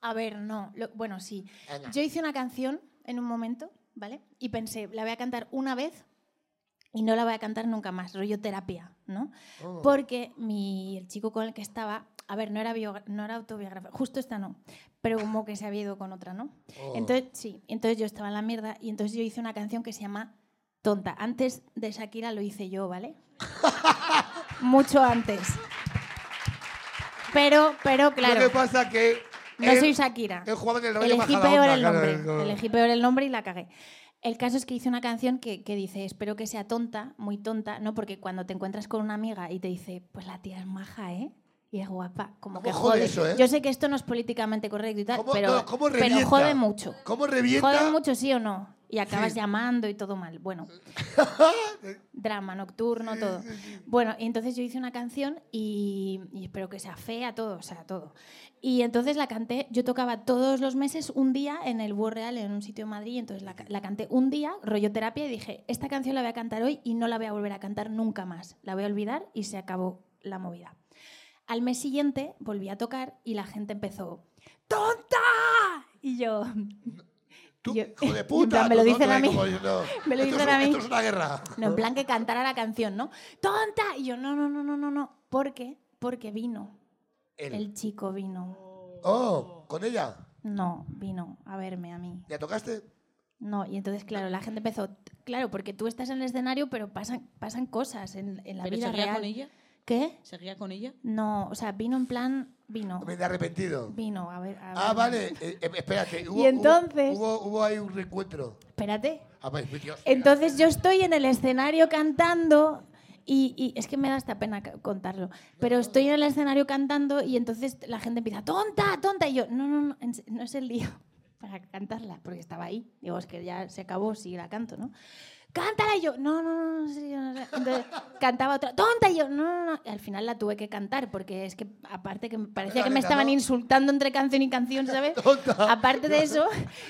E: A ver, no. lo- bueno, sí.
B: Venga.
E: Yo hice una canción en un momento, ¿vale? Y pensé, la voy a cantar una vez y no la voy a cantar nunca más, rollo terapia, ¿no?
N: Oh.
E: Porque mi, el chico con el que estaba, a ver, no era, biogra- no era autobiográfica, justo esta no, pero como que se había ido con otra, ¿no?
N: Oh.
E: Entonces, sí, entonces yo estaba en la mierda y entonces yo hice una canción que se llama Tonta. Antes de Shakira lo hice
B: (laughs)
E: yo, ¿vale? Mucho antes. Pero, pero claro.
B: Lo que pasa que
E: No
B: él-
E: soy Shakira.
B: él jugaba en el rollo baja
E: Elegí
B: la
E: peor
B: onda,
E: el
B: claro,
E: nombre.
B: el- el-
E: Elegí peor el nombre y la cagué. El caso es que hice una canción que, que dice, espero que sea tonta, muy tonta, ¿no? Porque cuando te encuentras con una amiga y te dice, pues la tía es maja, ¿eh? Y es guapa. Como
B: ¿Cómo
E: que
B: jode
E: jode.
B: eso, eh?
E: Yo sé que esto no es políticamente correcto y tal, pero,
B: no, cómo
E: pero
B: revienta?
E: jode mucho.
B: ¿Cómo revienta?
E: Jode mucho, sí o no. Y acabas
B: Sí.
E: llamando y todo
B: (laughs)
E: mal. Bueno. Drama nocturno, todo. Bueno, y entonces yo hice una canción y, y espero que sea fea, todo, o sea, todo. Y entonces la canté, yo tocaba todos los meses un día en el Búho Real, en un sitio en Madrid, y entonces la, ca- la canté un día, rollo terapia, y dije, esta canción la voy a cantar hoy y no la voy a volver a cantar nunca más. La voy a olvidar y se acabó la movida. Al mes siguiente volví a tocar y la gente empezó, ¡Tonta! Y yo...
B: (laughs) Tú,
E: (laughs) hijo
B: de puta,
E: me lo
B: tú, ¿no?
E: dicen
B: Tú
E: a
B: ahí
E: mí.
B: como diciendo,
E: (laughs) me lo
B: esto
E: dicen
B: es
E: a
B: un-
E: mí.
B: esto es una guerra.
E: No, en plan que cantara la canción, ¿no? ¡Tonta! Y yo, no, no, no, no, no, no. ¿Por qué? Porque vino.
B: Él.
E: El chico vino.
B: Oh, ¿con ella?
E: No, vino a verme a mí.
B: ¿Ya tocaste?
E: No, y entonces, claro, la gente empezó. t- Claro, porque tú estás en el escenario, pero pasan, pasan cosas en, en la
M: ¿Pero
E: vida
M: seguía
E: real.
M: con ella?
E: ¿Qué?
M: ¿Seguía con ella?
E: No, o sea, vino en plan. Vino.
B: Me he arrepentido.
E: Vino, a ver. a
B: Ah,
E: verme.
B: vale. eh, eh, espérate. Hubo,
E: (laughs) Y entonces-
B: Hubo, hubo, hubo ahí un reencuentro.
E: Espérate.
B: Ah, pues, Dios.
E: Entonces yo estoy en el escenario cantando y, y es que me da hasta pena ca- contarlo, pero estoy en el escenario cantando y entonces la gente empieza, tonta, tonta, y yo, no, no, no, en se- no es el día (laughs) para cantarla, porque estaba ahí, digo, es que ya se acabó, si la canto, ¿no? Cántala y yo, no, no, no, no, sí, yo no sé". Entonces cantaba otra, tonta y yo, no, no, no, y al final la tuve que cantar, porque es que aparte que me parecía que me
B: Lorena,
E: estaban
B: ¿no?
E: insultando entre canción y
B: (laughs)
E: canción, ¿sabes? Aparte de eso...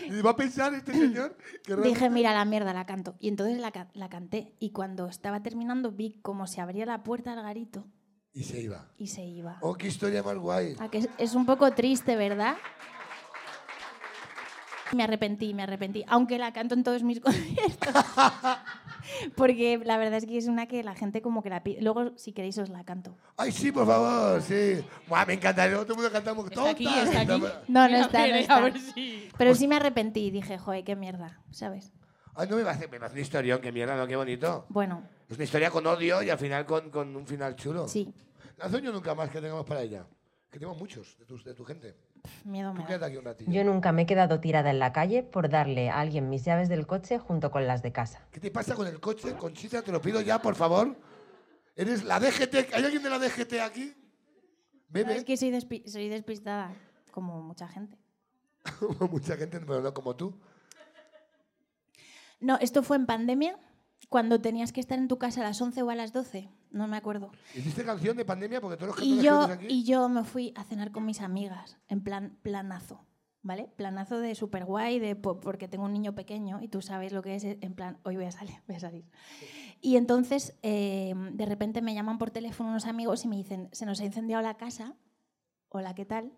B: Y va a pensar este señor que
E: Dije,
B: realmente-
E: mira, la mierda, la canto. Y entonces la, ca- la canté. Y cuando estaba terminando, vi como se abría la puerta al garito
B: Y se iba.
E: y se iba.
B: Oh, qué historia más guay.
E: A que es, es un poco triste, ¿verdad? Me arrepentí, me arrepentí. Aunque la canto en todos mis (laughs) conciertos. Porque la verdad es que es una que la gente como que la pide. Luego, si queréis, os la canto.
B: Ay, sí, por favor, sí. Buah, me encantaría. Todo el mundo cantamos. Está
E: aquí, está aquí. No, no está, no está. Pero sí me arrepentí. Dije, joder, qué mierda, ¿sabes?
B: Ay, no me va a hacer, me va a hacer un historión, qué mierda, ¿no? Qué bonito.
E: Bueno,
B: Es una historia con odio y al final con, con un final chulo.
E: Sí.
B: ¿La sueño nunca más que tengamos para ella? Que tenemos muchos de, tus- de tu gente.
E: miedo me
B: Tú
E: da.
B: quédate aquí un ratillo.
O: Yo nunca me he quedado tirada en la calle por darle a alguien mis llaves del coche junto con las de casa.
B: ¿Qué te pasa con el coche? Conchita, te lo pido ya, por favor. Eres la DGT. ¿Hay alguien de la DGT aquí?
E: No,
B: Bebe. (laughs)
E: es que soy, despi- soy despistada, como mucha gente.
B: Como mucha gente, pero no como tú.
E: No, esto fue en pandemia, cuando tenías que estar en tu casa a las 11 o a las 12, no me acuerdo.
B: ¿Hiciste canción de pandemia? Porque todos los
E: Y
B: cantantes
E: yo,
B: que tienes aquí...
E: y yo me fui a cenar con mis amigas, en plan planazo. ¿vale? Planazo de super guay, de, po- porque tengo un niño pequeño y tú sabes lo que es, en plan, hoy voy a salir, voy a salir. Y entonces, eh, de repente me llaman por teléfono unos amigos y me dicen, se nos ha incendiado la casa, hola, ¿qué tal?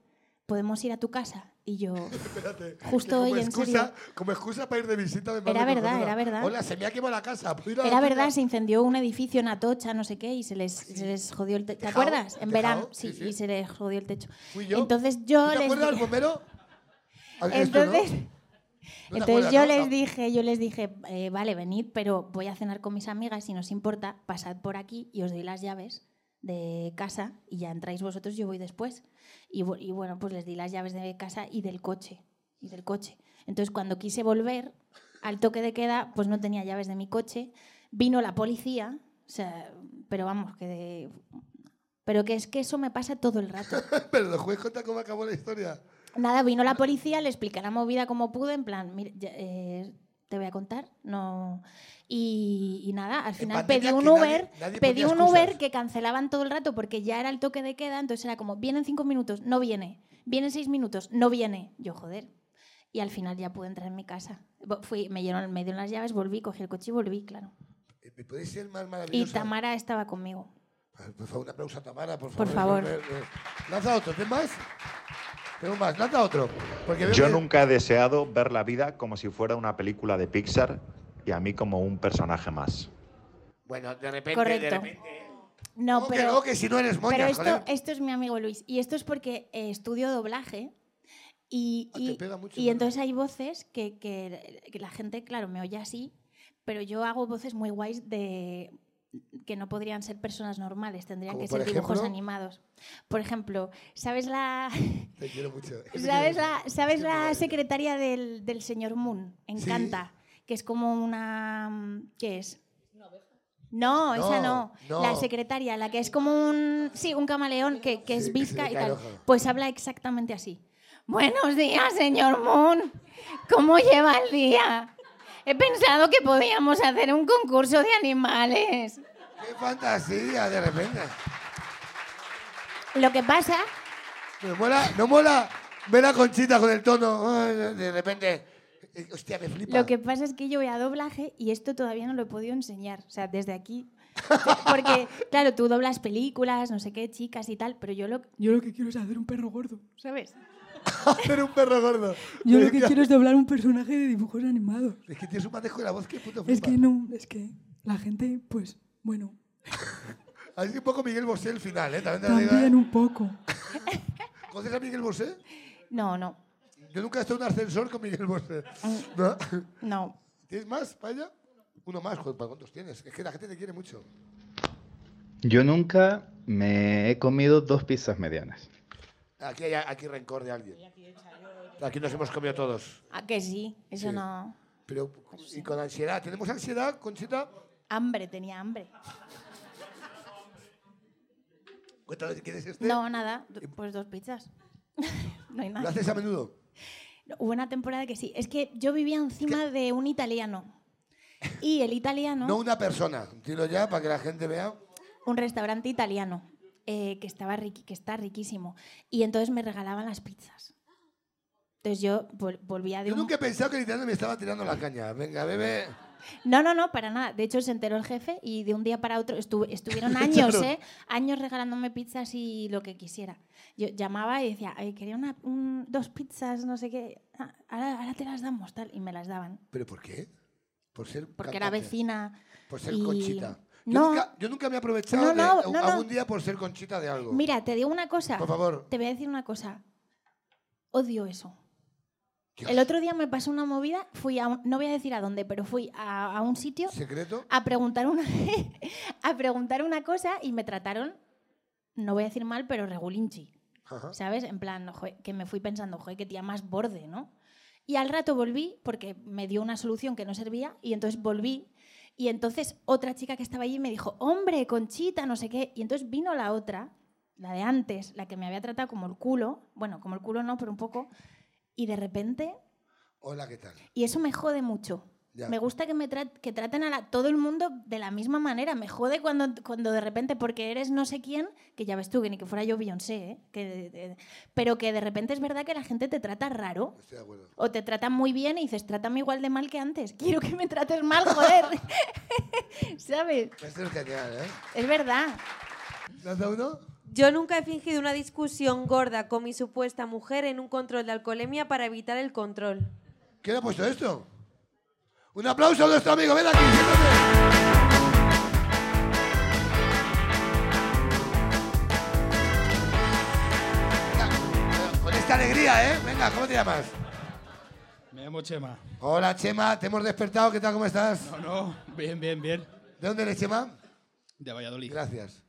E: ¿Podemos ir a tu casa? Y yo,
B: (laughs) Espérate,
E: Justo
B: que como
E: hoy, en
B: excusa,
E: serio.
B: Como excusa para ir de visita de
E: Era
B: madre
E: verdad,
B: cojonera.
E: era verdad.
B: Hola, se me ha quemado la casa. ¿puedo ir a la
E: Era
B: tuya?
E: verdad, se incendió un edificio en Atocha, no sé qué, y se les, se les jodió el techo. ¿Te
B: Tejado,
E: acuerdas? En
B: tejado,
E: verano,
B: sí,
E: sí,
B: sí.
E: y se les jodió el techo.
B: Fui yo.
E: Entonces yo
B: ¿Tú te
E: les
B: acuerdas del
E: dije-
B: bombero? Ah, eres tú, ¿no?
E: Entonces, (laughs)
B: te
E: entonces
B: acuerdas,
E: yo
B: no?
E: les
B: Ah.
E: dije, yo les dije, eh, vale, venid, pero voy a cenar con mis amigas, si nos importa, pasad por aquí y os doy las llaves de casa y ya entráis vosotros, yo voy después. Y, bu- y bueno, pues les di las llaves de casa y del coche, y del coche. Entonces cuando quise volver al toque de queda, pues no tenía llaves de mi coche, vino la policía, o sea, pero vamos, que de- Pero que es que eso me pasa todo el rato.
B: (laughs) Pero el juez cuenta cómo acabó la historia.
E: Nada, vino la policía, le expliqué la movida como pude, en plan, "Mira, ya, eh, te voy a contar, no. Y, y nada, al final
D: pandemia
E: pedí un
D: que nadie-
E: Uber,
D: nadie
E: pedí
D: ponía
E: un
D: excusas.
E: Uber que cancelaban todo el rato porque ya era el toque de queda, entonces era como, vienen cinco minutos, no viene, vienen seis minutos, no viene. Yo, joder. Y al final ya pude entrar en mi casa. Bo- Fui, me dieron, me dieron las llaves, volví, cogí el coche y volví, claro.
B: Eh, ¿Puede ser más
E: Y
B: maravilloso?
E: Tamara estaba conmigo.
B: Por favor, Pues, un aplauso a Tamara, por favor.
E: Por favor.
B: Eh, eh, Lanza otro, ¿tienes más? Tengo más, lanza otro. Porque veo
N: Yo
B: que-
N: nunca he deseado ver la vida como si fuera una película de Pixar y a mí como un personaje más.
B: Bueno, de repente, de
E: Correcto.
B: repente.
E: No,
B: No, que
E: pero.
B: no, que si no eres moña,
E: Pero
B: joder.
E: esto, esto es mi amigo Luis. Y esto es porque eh, estudio doblaje. Y,
B: Ah, te
E: y-
B: pega mucho,
E: y
B: ¿verdad?
E: entonces hay voces que, que- que la gente, claro, me oye así, pero yo hago voces muy guays de que no podrían ser personas normales, tendrían
B: Como
E: que
B: por
E: ser dibujos
B: ejemplo.
E: animados. Por ejemplo, ¿sabes la, (laughs)
B: Te quiero mucho.
E: ¿sabes la, sabes la secretaria del, del señor Moon? Encanta. Que es como una... mm, ¿Qué es? No, esa no.
D: No, no.
E: La secretaria, la que es como un. Sí, un camaleón que, que es bizca y
D: cae el
E: tal.
D: ojo.
E: Pues habla exactamente así. Buenos días, señor Moon. ¿Cómo lleva el día? He pensado que podíamos hacer un concurso de animales.
B: ¡Qué fantasía, de repente!
E: Lo que pasa.
B: Me mola, no mola ver a Conchita con el tono. Ay, De repente. Eh, Hostia, me flipa.
E: Lo que pasa es que yo voy a doblaje y esto todavía no lo he podido enseñar. O sea, desde aquí. (laughs) Porque, claro, tú doblas películas, no sé qué, chicas y tal, pero yo lo, yo lo que quiero es hacer un perro gordo, ¿sabes?
B: (laughs) Hacer un perro gordo.
M: Yo lo
B: Es
M: que quiero es doblar un personaje de dibujos animados.
B: Es que tienes un manejo de la voz que puto
M: Es
B: flipa.
M: que no, es que la gente, pues, bueno,
B: Así un poco Miguel Bosé el final, ¿eh? También te lo digo,
M: también
B: ¿eh?
M: un poco.
B: (laughs) ¿Conoces a Miguel Bosé?
E: No, no. Mm.
B: Yo nunca he estado en un ascensor con Miguel Bosé. ¿No?
E: No.
B: ¿Tienes más, Paya? Uno más, joder, ¿para cuántos tienes? Es que la gente te quiere mucho.
J: Yo nunca me he comido dos pizzas medianas.
B: Aquí hay aquí rencor de alguien. Aquí nos hemos comido todos.
E: Ah, que sí, eso
B: Sí.
E: no.
B: Pero, y con ansiedad. ¿Tenemos ansiedad, Conchita?
E: Hambre, tenía hambre.
B: Cuéntanos, ¿quién es este?
E: No, nada, d- pues dos pizzas. (laughs) no hay nada.
B: ¿Lo haces a menudo?
E: Hubo una temporada que sí. Es que yo vivía encima de un italiano. Y el italiano,
B: No, una persona. Tiro ya para que la gente vea.
E: un restaurante italiano, eh, que, estaba riqui- que está riquísimo. Y entonces me regalaban las pizzas. Entonces yo vol- volvía de
B: Yo
E: un...
B: nunca he pensado que el italiano me estaba tirando la caña. Venga, bebe.
E: No, no, no, para nada. De hecho, se enteró el jefe y de un día para otro estu-
B: (laughs)
E: estuvieron años,
B: Echaron.
E: ¿eh? Años regalándome pizzas y lo que quisiera. Yo llamaba y decía, "Ay, quería una, un- dos pizzas, no sé qué. Ah, ahora, ahora te las damos, tal. Y me las daban.
B: ¿Pero por qué? Por ser
E: Porque era
B: cantante.
E: vecina.
B: Por ser
E: y-
B: Pues Conchita. Yo,
E: No.
B: nunca, yo nunca me he aprovechado
E: No,
B: de-
E: no, no,
B: algún
E: no.
B: día por ser Conchita de algo.
E: Mira, te digo una cosa.
B: Por favor.
E: Te voy a decir una cosa. Odio eso. El otro día me pasó una movida, fui a un- no voy a decir a dónde, pero fui a, a un sitio
B: ¿Secreto?
E: a preguntar una (laughs) a preguntar una cosa y me trataron no voy a decir mal, pero regulinchi.
B: Ajá.
E: ¿Sabes? En plan, "Joe", que me fui pensando, joder, qué tía más borde, ¿no? Y al rato volví porque me dio una solución que no servía y entonces volví y entonces otra chica que estaba allí me dijo, hombre, conchita, no sé qué. Y entonces vino la otra, la de antes, la que me había tratado como el culo, bueno, como el culo no, pero un poco, y de repente,
B: Hola, ¿qué tal?
E: y eso me jode mucho.
B: Ya.
E: Me gusta que me tra- que traten a la- todo el mundo de la misma manera. Me jode cuando, cuando de repente, porque eres no sé quién, que ya ves tú, que ni que fuera yo Beyoncé, ¿eh? que, de- de- pero que de repente es verdad que la gente te trata raro.
B: Estoy de acuerdo.
E: O te tratan muy bien y dices, trátame igual de mal que antes. (laughs) Quiero que me trates mal, joder. (laughs) ¿Sabes?
B: Esto es genial, ¿eh?
E: Es verdad.
B: ¿Te has dado uno?
H: Yo nunca he fingido una discusión gorda con mi supuesta mujer en un control de alcoholemia para evitar el control.
B: ¿Quién ha puesto esto? Un aplauso a nuestro amigo, ven aquí, siéntate. Venga, Con esta alegría, ¿eh? Venga, ¿cómo te llamas?
P: Me llamo Chema.
B: Hola, Chema, te hemos despertado, ¿qué tal, cómo estás?
P: No, no, bien, bien, bien.
B: ¿De dónde eres, Chema?
P: De Valladolid.
B: Gracias.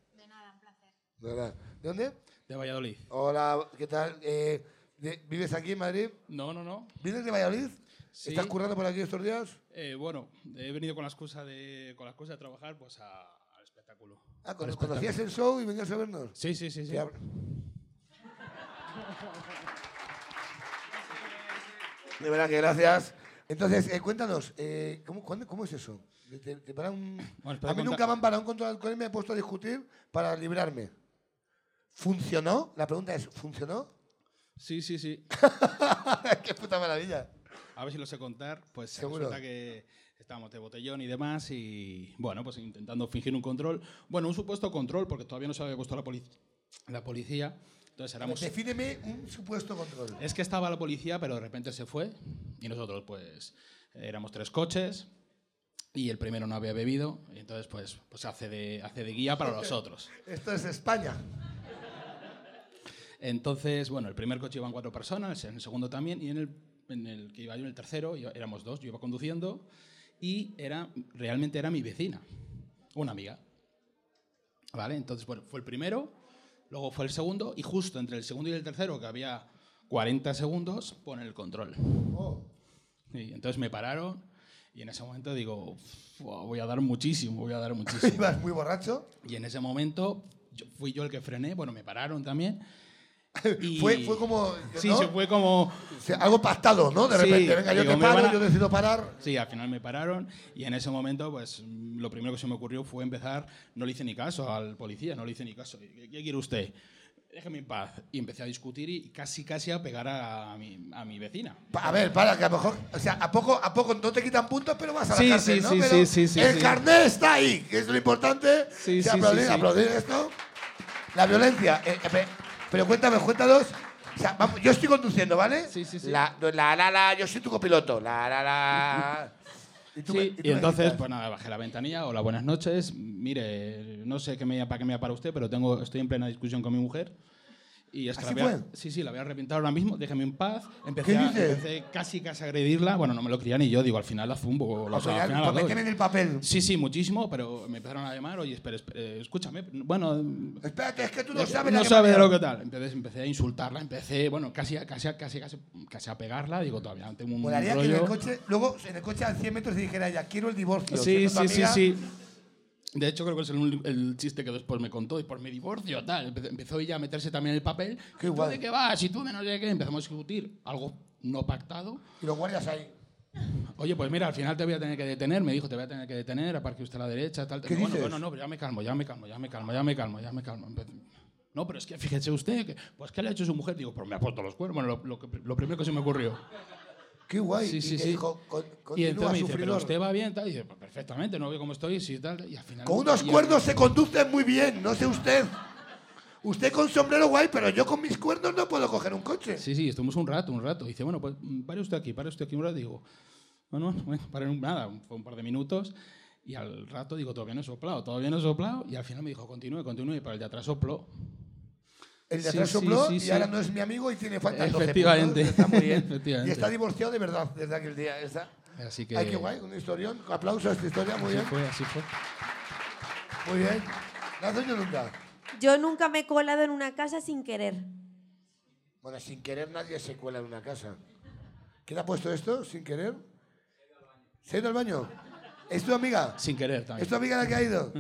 B: De verdad. ¿De dónde?
P: De Valladolid.
B: Hola, ¿qué tal? Eh, de- ¿Vives aquí en Madrid?
P: No, no, no.
B: ¿Vienes de Valladolid?
P: Sí.
B: ¿Estás currando por aquí estos días?
P: Eh, bueno, he venido con la excusa de, con la excusa de trabajar pues a- al espectáculo.
B: Ah,
P: Al
B: cuando
P: espectáculo.
B: conocías el show y venías a vernos.
P: Sí, sí, sí. sí.
B: Te ab- De verdad que gracias. Entonces, eh, cuéntanos, eh, ¿cómo, cuándo- cómo es eso? ¿Te- te- te paran un-
P: Bueno, espera,
B: a mí
P: conta-
B: nunca me han parado un control de alcohol y me he puesto a discutir para librarme. ¿Funcionó? La pregunta es, ¿funcionó?
P: Sí, sí,
B: (laughs)
P: sí.
B: ¡Qué puta maravilla!
P: A ver si lo sé contar. Pues
B: Seguro.
P: resulta que estábamos de botellón y demás y, bueno, pues intentando fingir un control. Bueno, un supuesto control, porque todavía no se había puesto la, polic- la policía. Entonces éramos...
B: Defíneme un supuesto control.
P: Es que estaba la policía, pero de repente se fue y nosotros pues éramos tres coches y el primero no había bebido y entonces pues, pues hace, de, hace de guía
B: (laughs)
P: para los otros.
B: Esto es España.
P: Entonces, bueno, el primer coche iban cuatro personas, en el segundo también y en el, en el que iba yo, en el tercero, iba- éramos dos, yo iba conduciendo y era, realmente era mi vecina, una amiga. ¿Vale? Entonces, bueno, fue el primero, luego fue el segundo y justo entre el segundo y el tercero, que había 40 segundos, pone el control.
B: Oh.
P: Y entonces me pararon y en ese momento digo, "Fua, voy a dar muchísimo, voy a dar muchísimo.
B: (laughs) ¿Ibas muy borracho?
P: Y en ese momento yo- fui yo el que frené, bueno, me pararon también. y-
B: (laughs) Fue, fue como...
P: Sí,
B: ¿no?
P: se fue como...
B: algo pactado, ¿no? De
P: Sí,
B: repente, venga, yo
P: digo,
B: te
P: me
B: paro,
P: van a-
B: yo decido parar.
P: Sí, al final me pararon y en ese momento, pues mm, lo primero que se me ocurrió fue empezar, no le hice ni caso al policía, no le hice ni caso. ¿Qué, qué quiere usted? Déjeme en paz. Y empecé a discutir y casi, casi a pegar a mi, a mi vecina.
B: Pa- A ver, para, que a lo mejor, o sea, a poco, a poco no te quitan puntos, pero vas a la
P: Sí,
B: cárcel,
P: sí,
B: ¿no?
P: sí,
B: Pero
P: sí, sí, sí,
B: El
P: sí.
B: carnet está ahí, que es lo importante. Se
P: Sí, sí, sí,
B: aplaudir,
P: sí.
B: aplaudir esto. La violencia. eh, eh, pe- pero cuéntame, cuéntanos. O sea, vamos, yo estoy conduciendo, ¿vale? Sí, sí, sí. La, la, la, la, yo soy tu copiloto. La, la, la. Y, tú me- y tú
P: Y
B: me
P: entonces,
B: gritas.
P: pues nada, bajé la ventanilla, hola, buenas noches. Mire, no sé qué me, para qué me para usted, pero tengo, estoy en plena discusión con mi mujer. Y hasta
B: ¿Así
P: la voy a-
B: fue?
P: Sí, sí, la voy a arrepentir ahora mismo, déjeme en paz. Empecé,
B: ¿Qué
P: a-
B: dices?
P: empecé casi casi a agredirla, bueno, no me lo creía ni yo, digo, al final la zumbo. o sea,
B: ya,
P: al final la
B: pues
P: doy.
B: méteme en el papel.
P: Sí, sí, muchísimo, pero me empezaron a llamar, oye, espera, espera, eh, escúchame, bueno... eh,
B: Espérate, es que tú no sabes la
P: No
B: que
P: sabes
B: me
P: de
B: ha
P: lo
B: liado.
P: que tal. Entonces empecé a insultarla, empecé, bueno, casi, a- casi, a- casi, casi, casi a pegarla, digo, todavía tengo un
B: Molaría que
P: rollo...
B: en el coche, luego en el coche a 100 metros y dijera ya, quiero el divorcio.
P: Sí,
B: siendo tu
P: sí, sí,
B: amiga.
P: sí. De hecho, creo que es el, un- el chiste que después me contó, y por mi divorcio, tal. Empe- Empezó ella a meterse también en el papel.
B: Qué
P: ¿Tú
B: guay.
P: de qué vas? ¿Y tú de no sé qué? Empezamos a discutir algo no pactado.
B: Y los guardias ahí.
P: Oye, pues mira, al final te voy a tener que detener. Me dijo, te voy a tener que detener, aparque usted a la derecha, tal. tal.
B: ¿Qué
P: bueno,
B: dices?
P: bueno, no, pero ya me calmo, ya me calmo, ya me calmo, ya me calmo, ya me calmo. Empe- No, pero es que fíjese usted, que, pues ¿qué le ha hecho su mujer? Digo, pues me ha puesto los cuernos, lo, lo que- lo primero que se me ocurrió.
B: Qué guay.
P: Sí, sí,
B: y,
P: sí.
B: eh, con- con-
P: y
B: continúa,
P: entonces me dice, pero
B: sufridor.
P: usted va bien, tal. Y dice, pues perfectamente, no veo cómo estoy, sí, tal. Y al final...
B: Con unos
P: y-
B: cuernos se conduce muy bien, no sé usted. Usted con sombrero guay, pero yo con mis cuernos no puedo coger un coche.
P: Sí, sí, estuvimos un rato, un rato. Dice, bueno, pues mm, pare usted aquí, pare usted aquí un rato. Digo, bueno, (laughs) bueno, pare un- nada, un- fue un par de minutos. Y al rato digo, todavía no he soplado, todavía no he soplado. Y al final me dijo, continúe, continúe, pero el de atrás sopló.
B: El de
P: Sí,
B: atrás
P: sí,
B: sopló
P: sí,
B: y
P: sí.
B: ahora no es mi amigo y tiene falta 12
P: Efectivamente.
B: puntos, Está muy bien.
P: (laughs) Efectivamente.
B: Y está divorciado de verdad desde aquel día. Está.
P: Así que...
B: Ay, qué guay, un historión. Aplausos a esta historia, muy
P: así
B: bien.
P: fue, así fue.
B: Muy bien. No has oído nunca.
H: Yo nunca me he colado en una casa sin querer.
B: Bueno, sin querer nadie se cuela en una casa. ¿Quién ha puesto esto? ¿Sin querer? ¿Se ha ido al baño? ¿Es tu amiga?
P: Sin querer
B: ¿Es tu amiga la que ha ido?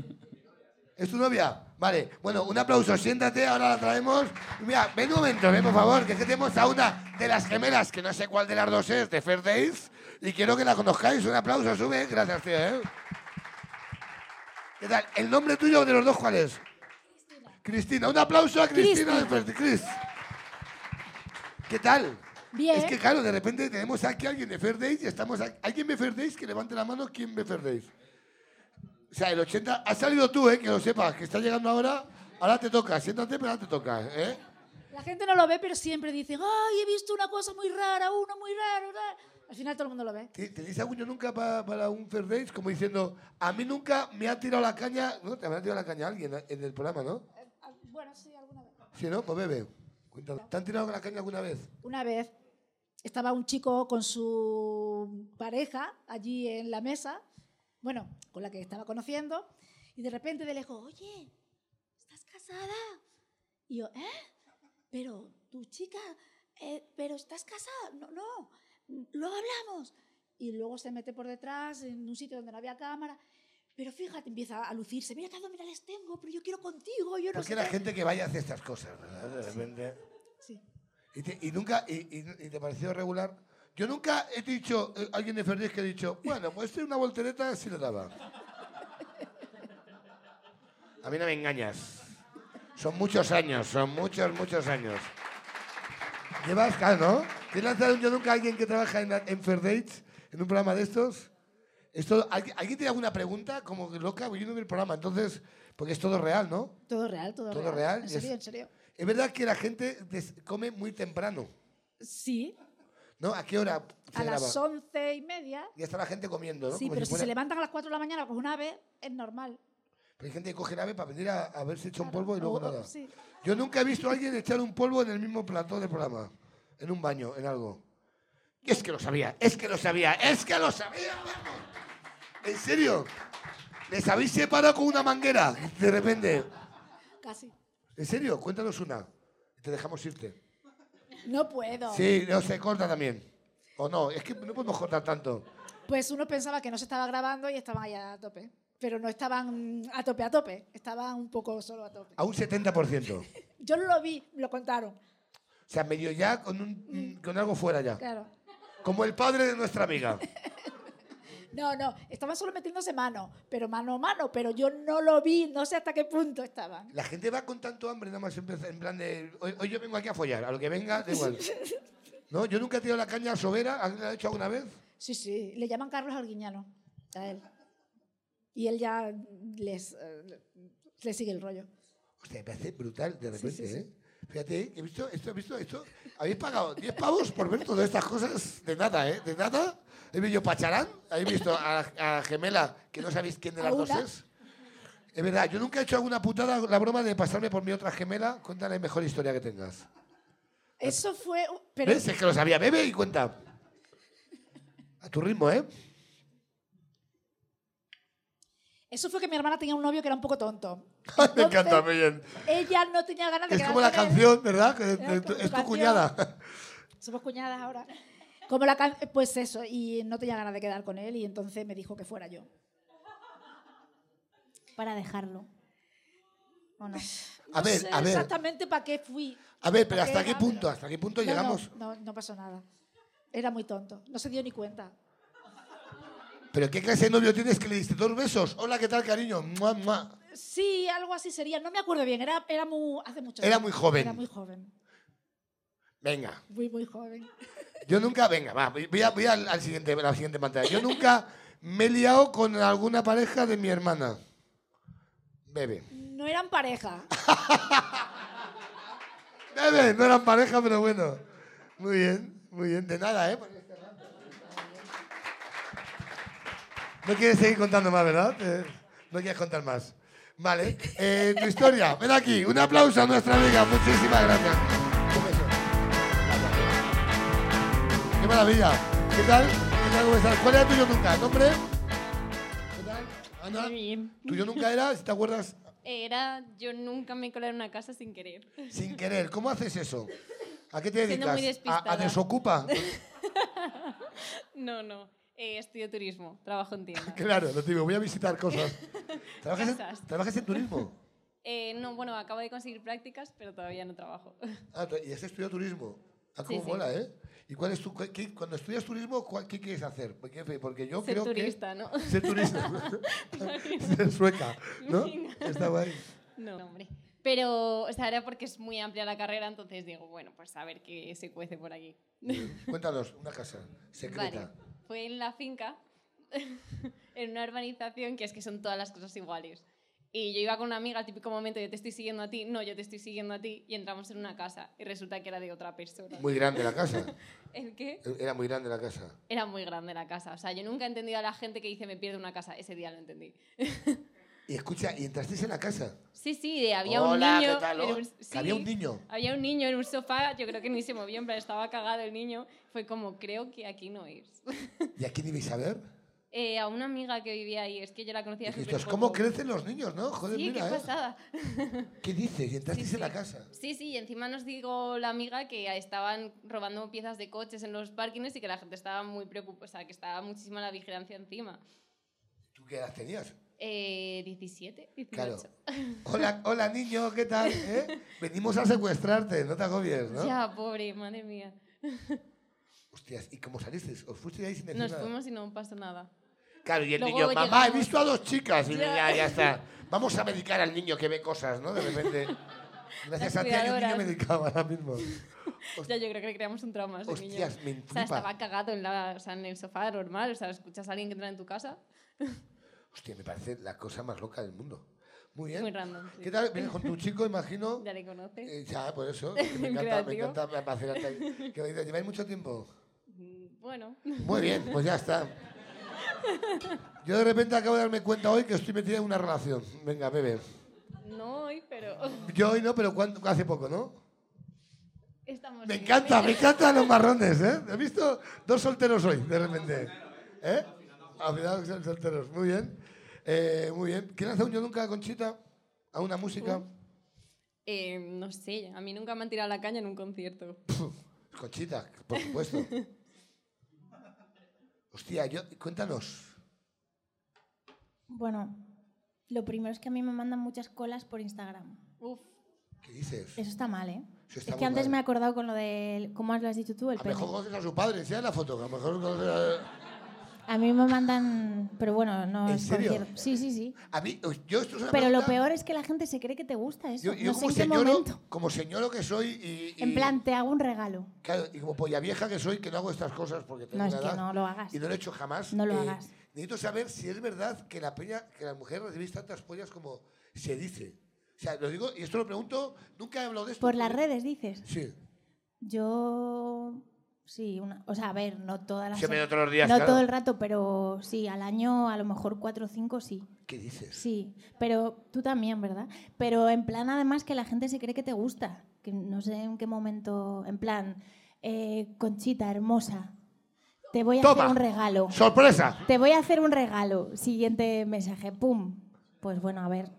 B: ¿Es tu novia? Vale, bueno, un aplauso, siéntate, ahora la traemos. Mira, ven un momento, ven por favor, que es que tenemos a una de las gemelas, que no sé cuál de las dos es, de Fair Days, y quiero que la conozcáis. Un aplauso, sube. Gracias, tío. ¿eh? ¿Qué tal? ¿El nombre tuyo de los dos cuál es? Cristina. Un aplauso a Cristina de Ferti- Cris. ¿Qué tal?
E: Bien.
B: Es que claro, de repente tenemos aquí a alguien de Fair Days y estamos aquí. ¿Alguien ve Fair Days? Que levante la mano. ¿Quién ve Fair Days? O sea, el 80... Has salido tú, ¿eh? Que lo sepas, que está llegando ahora. Ahora te toca. Siéntate, pero ahora te toca, ¿eh?
Q: La gente no lo ve, pero siempre dicen, ay, he visto una cosa muy rara, uno muy raro. raro". Al final todo el mundo lo ve.
B: ¿Te- ¿Tenéis algún yo nunca pa- para un fair days? Como diciendo, a mí nunca me ha tirado la caña. No, te habrá tirado la caña alguien eh, en el programa, ¿no?
Q: Ah, Bueno, sí, alguna vez.
B: Si no, pues bebe. Cuéntalo. ¿Te han tirado la caña alguna vez?
Q: Una vez estaba un chico con su pareja allí en la mesa, bueno, con la que estaba conociendo, y de repente de lejos, oye, ¿estás casada? Y yo, ¿eh? Pero tu chica, eh, ¿pero estás casada? No, no, lo hablamos. Y luego se mete por detrás en un sitio donde no había cámara. Pero fíjate, empieza a lucirse. Mira qué abdominales tengo, pero yo quiero contigo. Yo no sé
B: Porque la
Q: qué".
B: gente que vaya hace estas cosas, ¿verdad? De repente.
Q: Sí.
B: Y, te- y nunca. Y, y- y te pareció regular? Yo nunca he dicho, eh, alguien de fair days que ha dicho, bueno, pues estoy una voltereta si le daba. A mí no me engañas. Son muchos años, son muchos, muchos años. Llevas, claro, ¿no? ¿Te lanzado un yo nunca a alguien que trabaja en, la- en Fair Dates, en un programa de estos? Esto, ¿alguien, ¿Alguien tiene alguna pregunta como que loca? Yo no vi el programa, entonces, porque es todo real, ¿no?
Q: Todo real, todo,
B: Todo real,
Q: En
B: es-
Q: serio, en serio.
B: Es verdad que la gente des- come muy temprano,
Q: Sí,
B: ¿no? ¿A qué hora se
Q: a las
B: graba?
Q: once y media.
B: Ya está la gente comiendo, ¿no?
Q: Sí,
B: Como
Q: pero si,
B: fuera-
Q: se levantan a las 4 de la mañana con un ave, es normal.
B: Pero hay gente que coge el ave para venir a, a verse hecho un polvo y luego
Q: O- o-
B: nada.
Q: Oh, sí.
B: Yo nunca he visto a alguien echar un polvo en el mismo plató del programa, en un baño, en algo. Y es que lo sabía, es que lo sabía, es que lo sabía. vamos. ¿En serio? ¿Les habéis separado con una manguera? De repente.
Q: Casi.
B: ¿En serio? Cuéntanos una. Te dejamos irte.
Q: No puedo.
B: Sí, no se corta también. O no, es que no podemos cortar tanto.
Q: Pues uno pensaba que no se estaba grabando y estaban allá a tope. Pero no estaban mm, a tope, a tope. Estaban un poco solo a tope.
B: A un 70%. O
Q: Yo lo vi, lo contaron.
B: sea, medio ya con, un, con algo fuera ya.
Q: Claro.
B: Como el padre de nuestra amiga.
Q: No, no, estaban solo metiéndose mano, pero mano a mano, pero yo no lo vi, no sé hasta qué
B: (laughs)
Q: punto estaban.
B: La gente va con tanto hambre, nada más empieza- en plan de. Hoy, hoy yo vengo aquí a follar, a lo que venga, da
Q: (laughs)
B: igual. No, yo nunca he tirado la caña a Sobera, ¿alguien la ha hecho alguna vez?
Q: Sí, sí, le llaman Carlos Arguiñano a él. Y él ya les, eh, le sigue el rollo.
B: Hostia, me hace brutal de repente,
Q: sí, sí.
B: ¿eh? Fíjate, he visto esto, he visto esto. Habéis pagado 10 pavos por ver todas estas cosas de nada, ¿eh? De nada. He visto Pacharán, habéis visto a, a Gemela, que no sabéis quién de las
Q: ¿A
B: dos
Q: una?
B: es. Es verdad, yo nunca he hecho alguna putada la broma de pasarme por mi otra gemela. Cuéntale mejor historia que tengas.
Q: Eso fue... un- Pero,
B: ¿Ves? Es que lo sabía. Bebe y cuenta. A tu ritmo, ¿eh?
Q: Eso fue que mi hermana tenía un novio que era un
B: (laughs)
Q: poco tonto.
B: Me encanta, muy bien.
Q: Ella no tenía ganas de
B: Es
Q: quedar
B: como la
Q: con él.
B: canción, ¿verdad? Que-
Q: Era
B: Es tu,
Q: como
B: es tu
Q: canción.
B: cuñada.
Q: Somos cuñadas ahora. Como la can- Pues eso, y no tenía ganas de quedar con él y entonces me dijo que fuera yo.
E: Para dejarlo.
Q: ¿O (laughs) no?
B: A ver,
Q: sé
B: a ver.
Q: exactamente para qué fui.
B: A ver, pero
Q: ¿Para
B: ¿hasta qué
Q: era?
B: punto? ¿Hasta qué punto
Q: No, no,
B: llegamos?
Q: No, no, pasó nada. Era muy tonto. No se dio ni cuenta.
B: ¿Pero qué clase de novio tienes que le diste dos besos? Hola, ¿qué tal, cariño? Mua, mua.
Q: Sí, algo así sería. No me acuerdo bien. Era, era muy, hace mucho
B: Era
Q: tiempo.
B: muy joven.
Q: Era muy joven.
B: Venga,
Q: Muy, muy joven.
B: yo nunca... Venga, va, voy, a, voy al, al siguiente, a la siguiente pantalla. Yo nunca me he liado con alguna pareja de mi hermana. Bebe.
Q: No eran pareja.
B: Bebe, no eran pareja, pero bueno. Muy bien, muy bien. De nada, ¿eh? No quieres seguir contando más, ¿verdad? Eh, No quieres contar más. Vale, eh, tu historia. Ven aquí, un aplauso a nuestra amiga. Muchísimas gracias. Un beso. Qué maravilla. ¿Qué tal? ¿Qué tal? ¿Cómo estás? ¿Cuál era tuyo nunca? ¿Nombre? ¿Qué tal? Ana. Tuyo nunca era, si te acuerdas,
R: Era yo nunca me colé en una casa sin querer. (laughs)
B: sin querer. ¿Cómo haces eso? ¿A qué te
R: Siendo
B: dedicas?
R: muy
B: ¿A,
R: despistada.
B: a desocupa?
R: (laughs) No, no. Eh, estudio turismo, trabajo en tienda.
B: (laughs) Claro, lo digo, voy a visitar cosas.
R: (laughs)
B: ¿Trabajas, en,
R: Casas.
B: ¿Trabajas en turismo?
R: Eh, no, bueno, acabo de conseguir prácticas, pero todavía no trabajo. (laughs)
B: Ah, tra- y has estudiado turismo. Ah,
R: Sí,
B: cómo
R: sí.
B: mola, ¿eh? ¿Y cuál es tu, cu- qué- cuando estudias turismo, cuál- qué quieres hacer? Porque, porque yo
R: Ser
B: creo
R: turista,
B: que... (laughs)
R: ¿no?
B: Ser turista.
R: (laughs)
B: ser sueca, ¿no? Estaba ahí.
R: No, hombre. Pero, o sea, era porque es muy amplia la carrera, entonces digo, bueno, pues a ver qué se cuece por aquí.
B: Cuéntanos, una casa secreta.
R: Vale, fue en la finca, (laughs) en una urbanización, que es que son todas las cosas iguales. Y yo iba con una amiga, al típico momento, yo te estoy siguiendo a ti, no, yo te estoy siguiendo a ti, y entramos en una casa, y resulta que era de otra persona.
B: Muy grande la casa.
R: (laughs) ¿El qué?
B: Era muy grande la casa.
R: Era muy grande la casa, o sea, yo nunca he entendido a la gente que dice me pierdo una casa, ese día lo entendí.
B: Y escucha, ¿y entrasteis en la casa?
R: Sí, sí, había
B: Hola,
R: un niño.
B: ¿qué tal?
R: en
B: Oh,
R: un-
B: que
R: sí,
B: había un niño.
R: Había un niño en un sofá, yo creo que ni se movía, en plan, estaba cagado el niño. Fue como, creo que aquí no es.
B: ¿Y aquí debéis saber?
R: Eh, a una amiga que vivía ahí, es que yo la conocía súper
B: Dijisteis,
R: poco.
B: ¿cómo crecen los niños, no? Joder,
R: Sí, qué
B: mira, ¿eh?
R: pasada.
B: ¿Qué dices? Y entrasteis en la casa.
R: Sí, sí, y encima nos dijo la amiga que estaban robando piezas de coches en los parkings y que la gente estaba muy preocupada, o sea, que estaba muchísima la vigilancia encima.
B: ¿Tú qué edad tenías?
R: Eh, 17, 18.
B: Claro. (laughs)
R: (laughs)
B: Hola, hola niño, ¿qué tal? eh? Venimos a secuestrarte, no te agobies, ¿no?
R: Ya, pobre, madre mía.
B: Hostias, ¿y cómo salisteis? ¿Os fuisteis ahí sin decir
R: Nos
B: nada?
R: fuimos y no pasó nada.
B: Claro, y el
R: Luego
B: niño, mamá, he
R: llegamos".
B: visto a dos chicas. Y
R: Ya.
B: ya, ya está. Vamos a medicar al niño que ve cosas, ¿no? De
R: (laughs)
B: repente. Gracias
R: Las
B: a ti hay un niño
R: cuidadoras.
B: medicado ahora mismo.
R: (laughs) Ya, yo creo que le creamos un trauma a ese
B: Hostias, me
R: niño. O sea,
B: flipa.
R: estaba cagado en, la, o sea, en el sofá normal. O sea, escuchas a alguien que entra en tu casa.
B: Hostia, me parece la cosa más loca del mundo. Muy bien.
R: Muy random. sí.
B: ¿Qué tal? Vienes con
R: (laughs)
B: tu chico, imagino.
R: Ya le conoces.
B: Eh, ya, por eso. que
R: (laughs)
B: Me encanta,
R: Un
B: me
R: creativo.
B: encanta. Me fascina
R: (laughs)
B: esta- que me dices, ¿Lleváis mucho tiempo?
R: Bueno.
B: Muy bien, pues ya está. Yo de repente acabo de darme cuenta hoy que estoy metida en una relación. Venga, bebé.
R: No hoy, pero.
B: Yo hoy no, pero cuando- hace poco, ¿no?
R: Estamos
B: Me
R: bien.
B: encanta, me encantan los marrones, ¿eh? He visto dos solteros hoy, de repente. ¿Eh? Al final son solteros, muy bien. Eh, muy bien. ¿Quién hace un yo nunca, Conchita? ¿A una música?
R: Eh, no sé, a mí nunca me han tirado la caña en un concierto.
B: Conchita, por supuesto.
E: (laughs)
B: Hostia, yo, cuéntanos.
E: Bueno, lo primero es que a mí me mandan muchas colas por Instagram.
R: Uf.
B: ¿Qué dices?
E: Eso está mal, ¿eh?
B: Eso está
E: es
B: muy
E: que antes
B: mal. Ah,
E: me he acordado con lo del... ¿Cómo lo has dicho tú? El
B: A lo mejor
E: pene.
B: conoces a su padre, decía en la foto. que A lo mejor conoces a...
E: A mí me mandan... Pero bueno, no
B: ¿En
E: es
B: serio?
E: concierto. Sí, sí, sí.
B: a mí, yo esto es una
E: Pero lo
B: pregunta-
E: peor es que la gente se cree que te gusta eso.
B: Yo, yo
E: no sé
B: como,
E: en qué
B: señoro,
E: momento.
B: como señoro que soy y, y-
E: En plan, te hago un regalo.
B: claro, y como polla vieja que soy, que no hago estas cosas porque tengo
E: No, es
B: una
E: que
B: edad
E: no lo hagas.
B: y no lo he hecho jamás. eh,
E: No lo hagas.
B: Necesito saber si es verdad que la peña, que la mujer recibís tantas pollas como se dice. O sea, lo digo y esto lo pregunto, nunca he hablado de esto.
E: Por las redes, dices.
B: Sí.
E: Yo... Sí, una, o sea, a ver, no todas las...
B: Se me da todos los días,
E: No
B: claro.
E: todo el rato, pero sí, al año a lo mejor cuatro o cinco sí.
B: ¿Qué dices?
E: Sí, pero tú también, ¿verdad? Pero en plan, además, que la gente se cree que te gusta. Que no sé en qué momento. En plan, eh, Conchita, hermosa. Te voy a
B: Toma.
E: hacer un regalo.
B: ¡Sorpresa!
E: Te voy a hacer un regalo. Siguiente mensaje, pum. Pues bueno, a ver,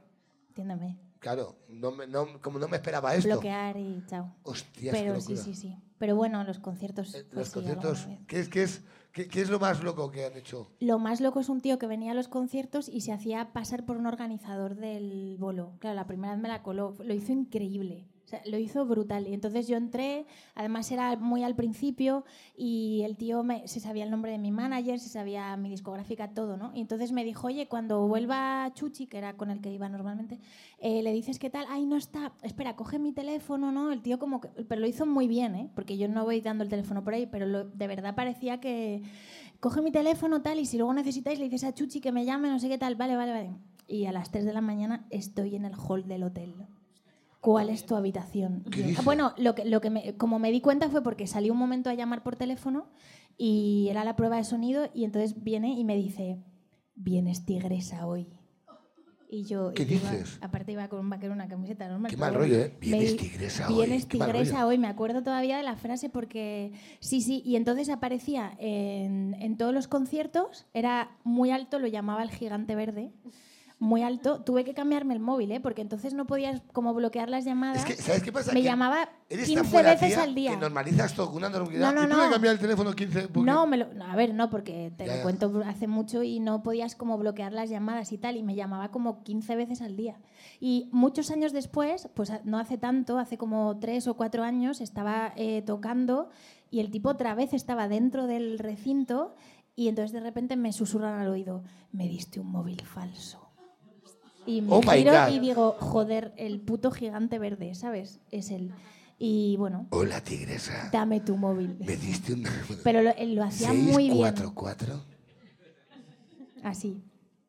E: entiéndeme.
B: Claro, no me- no- como no me esperaba esto.
E: Bloquear y chao.
B: Hostias, qué
E: pero sí,
B: locura. Eh,
E: sí, sí. Pero bueno, los conciertos. pues
B: Los
E: sí, alguna
B: conciertos,
E: vez.
B: ¿qué es, qué, es, qué, qué es lo más loco que han hecho?
E: Lo más loco es un tío que venía a los conciertos y se hacía pasar por un organizador del bolo. Claro, la primera vez me la coló. Lo hizo increíble. O sea, lo hizo brutal. Y entonces yo entré, además era muy al principio y el tío me- se sabía el nombre de mi manager, se sabía mi discográfica, todo, ¿no? Y entonces me dijo, oye, cuando vuelva Chuchi, que era con el que iba normalmente, eh, le dices qué tal, ay, no está, espera, coge mi teléfono, ¿no? El tío como que, pero lo hizo muy bien, ¿eh? Porque yo no voy dando el teléfono por ahí, pero lo- de verdad parecía que, coge mi teléfono tal y si luego necesitáis le dices a Chuchi que me llame, no sé qué tal, vale, vale, vale. Y a las 3 de la mañana estoy en el hall del hotel. ¿Cuál es tu habitación?
B: ¿Qué
E: Ah,
B: dices?
E: Bueno, lo que, lo que me- como me di cuenta fue porque salí un momento a llamar por teléfono y era la prueba de sonido y entonces viene y me dice, vienes tigresa hoy. Y yo...
B: ¿Qué
E: y yo iba-
B: dices?
E: aparte iba con un vaquero, una camiseta normal.
B: Qué
E: pero
B: mal
E: bueno,
B: rollo, ¿eh?
E: me
B: Vienes
E: di-
B: tigresa hoy,
E: Vienes
B: qué mal
E: tigresa
B: rollo".
E: hoy. Me acuerdo todavía de la frase porque... Sí, sí. Y entonces aparecía en, en todos los conciertos. Era muy alto, lo llamaba el gigante verde. Muy alto. Tuve que cambiarme el móvil, ¿eh? Porque entonces no podías como bloquear las llamadas.
B: ¿Sabes qué pasa?
E: Me
B: Que
E: llamaba
B: eres
E: 15
B: tan buena
E: veces
B: tía
E: al día.
B: Que normalizas todo con una normalidad.
E: No, no,
B: y tú me
E: no.
B: cambiar el teléfono 15 porque-
E: No, me lo- no, a ver, no, porque te
B: Ya,
E: lo
B: ya.
E: cuento hace mucho y no podías como bloquear las llamadas y tal, y me llamaba como 15 veces al día. Y muchos años después, pues a- no hace tanto, hace como 3 o 4 años, estaba eh, tocando y el tipo otra vez estaba dentro del recinto y entonces de repente me susurran al oído, me diste un móvil falso. Y me
B: Oh my
E: giro
B: God.
E: y digo, joder, el puto gigante verde, ¿sabes? Es él. Y bueno,
B: Hola, tigresa.
E: dame tu móvil.
B: Me diste un...
E: (laughs) Pero lo, él lo hacía muy bien.
B: 644.
E: Así.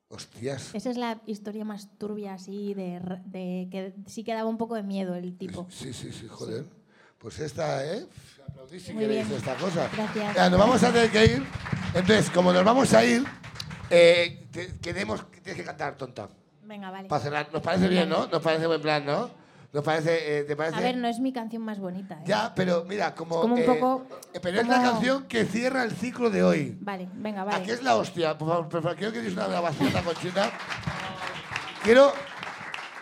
B: Hostias.
E: Esa es la historia más turbia así de, r- de que sí que daba un poco de miedo el tipo.
B: Sí, sí, sí, joder. Pues esta, ¿eh? Aplaudís si
E: Muy
B: queréis
E: bien.
B: esta cosa.
E: Gracias.
B: Ya, nos vamos a tener que ir. Entonces, como nos vamos a ir, eh, te- queremos que tienes que cantar, tonta.
E: Venga, vale.
B: Para cerrar. Nos parece bien, ¿no? Nos parece buen plan, ¿no? Nos parece, eh, ¿te parece?
E: A ver, no es mi canción más bonita. ¿eh?
B: Ya, pero mira, como...
E: Es como un
B: eh,
E: poco-
B: eh, pero es la
E: como-
B: canción que cierra el ciclo de hoy.
E: Vale, venga, vale.
B: Aquí es la hostia. Por favor, por favor, quiero que deis una grabación a Conchita. Quiero...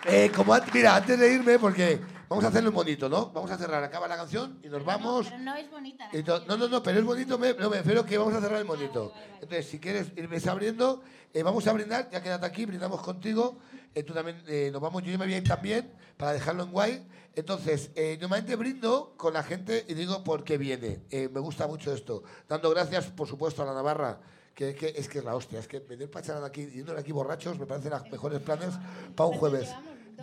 B: eh, como an- mira, antes de irme, porque vamos a hacerlo un bonito, ¿no? Vamos a cerrar, acaba la canción y nos vamos.
E: Pero no es bonita.
B: Y to- No, no, no, pero es bonito, me, no, me refiero que vamos a cerrar el bonito. Entonces, si quieres irme abriendo, eh, vamos a brindar, ya quédate aquí, brindamos contigo. Eh, tú también, eh, nos vamos, yo ya me voy a ir también, para dejarlo en guay. Entonces, eh, normalmente brindo con la gente y digo por qué viene. Eh, me gusta mucho esto. Dando gracias, por supuesto, a la Navarra, que, que es que es la hostia. Es que venir pacharán aquí, yendo aquí borrachos, me parecen los mejores planes para un jueves.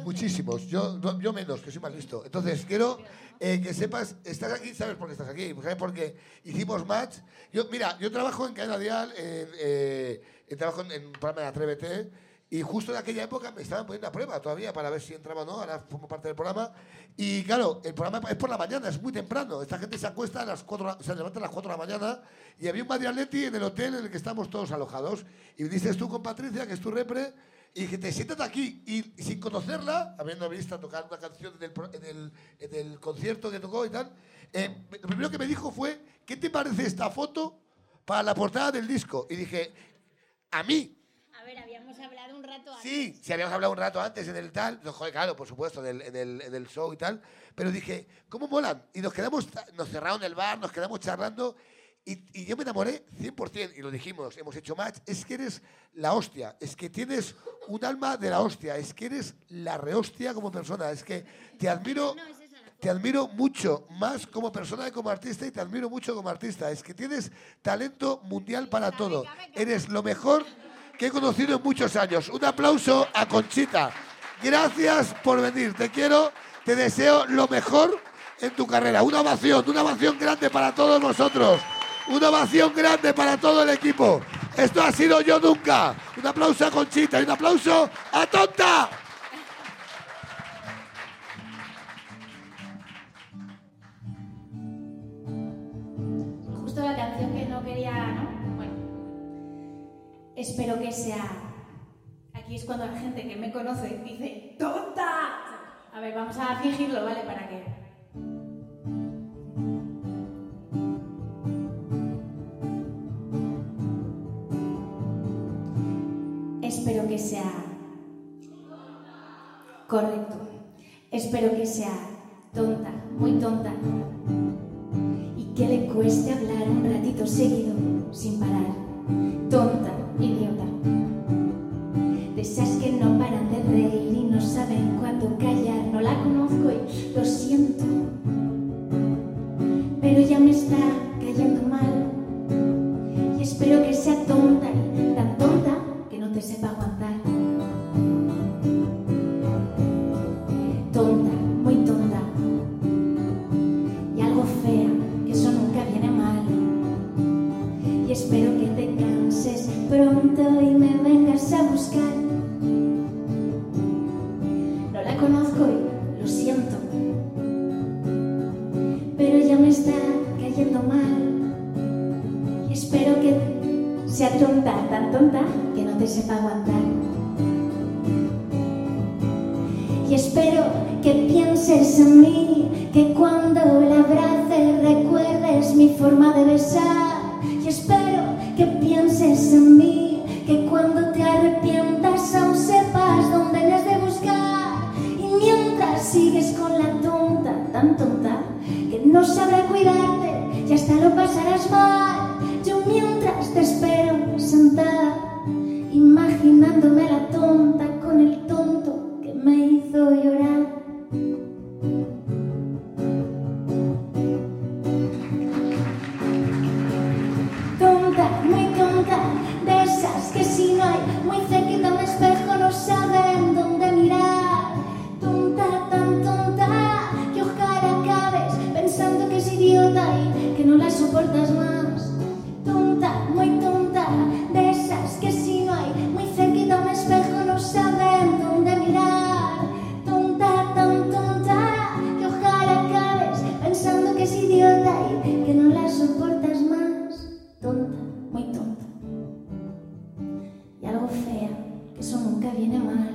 B: Muchísimos, yo, no- yo menos, que soy más listo. Entonces, quiero eh, que sepas, estás aquí, sabes por qué estás aquí, sabes por qué hicimos match. Yo, mira, yo trabajo en Cadena Dial, en, eh, eh, trabajo en, en un programa de Atrévete, y justo en aquella época me estaban poniendo a prueba todavía para ver si entraba o no, ahora formo parte del programa. Y claro, el programa es por la mañana, es muy temprano. Esta gente se acuesta a las 4, se levanta a las 4 de la mañana y había un Madrid Atleti en el hotel en el que estamos todos alojados. Y dices tú con Patricia, que es tu repre, y que te siéntate aquí y sin conocerla, habiendo visto tocar una canción en el, pro- en el- en el concierto que tocó y tal, eh, lo primero que me dijo fue, ¿qué te parece esta foto para la portada del disco? Y dije, a mí,
E: A ver, habíamos hablado un rato
B: Sí, si habíamos hablado un rato antes en el tal, no, joder, claro, por supuesto, en el, en el- en el show y tal, pero dije, ¿cómo molan? Y nos quedamos, nos cerraron el bar, nos quedamos charlando y, y yo me enamoré 100% y lo dijimos, hemos hecho match, es que eres la hostia, es que tienes un alma de la hostia, es que eres la rehostia como persona, es que te admiro... Te admiro mucho más como persona que como artista y te admiro mucho como artista. Es que tienes talento mundial para todo. Eres lo mejor que he conocido en muchos años. Un aplauso a Conchita. Gracias por venir. Te quiero, te deseo lo mejor en tu carrera. Una ovación, una ovación grande para todos vosotros. Una ovación grande para todo el equipo. Esto ha sido yo nunca. Un aplauso a Conchita y un aplauso a Tonta.
E: Justo la canción que no quería, ¿no? Bueno. Espero que sea. Aquí es cuando la gente que me conoce dice ¡Tonta! A ver, vamos a fingirlo, ¿vale? Para que. Espero que sea. Correcto. Espero que sea tonta, muy tonta. Y que le cueste hablar un ratito seguido, sin parar. Tonta, idiota. De esas que no paran de reír y no saben cuándo callar. No la conozco y lo siento. Pero ya me está cayendo mal. Y espero que sea tonta, y tan tonta que no te sepa aguantar. Tonta, muy tonta. Y algo fea, que eso nunca viene mal. Y espero que te canses pronto y me vengas a buscar. No la conozco y lo siento. Pero ya me está cayendo mal. Y espero que sea tonta, tan tonta, que no te sepa aguantar. Y espero que pienses en mí, que cuando la abraces recuerdes mi forma de besar. Y espero que pienses en mí, que cuando te arrepientas aún sepas dónde me has de buscar. Y mientras sigues con la tonta, tan tonta, que no sabrá cuidarte y hasta lo pasarás mal. Yo mientras te espero sentada, imaginándome la tonta con el tonto que me hizo llorar.
S: unas más. Tonta, muy tonta, de esas que si no hay muy cerquita un espejo no saben dónde mirar. Tonta, tan tonta, que ojalá acabes pensando que es idiota y que no la soportas más. Tonta, muy tonta. Y algo fea, que eso nunca viene mal.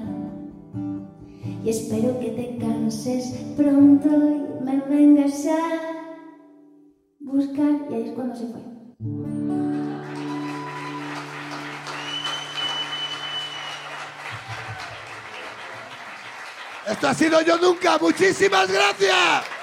S: Y espero que te canses pronto y me vengas a buscar. Y ahí es cuando se fue.
B: Esto ha sido Yo Nunca. Muchísimas gracias.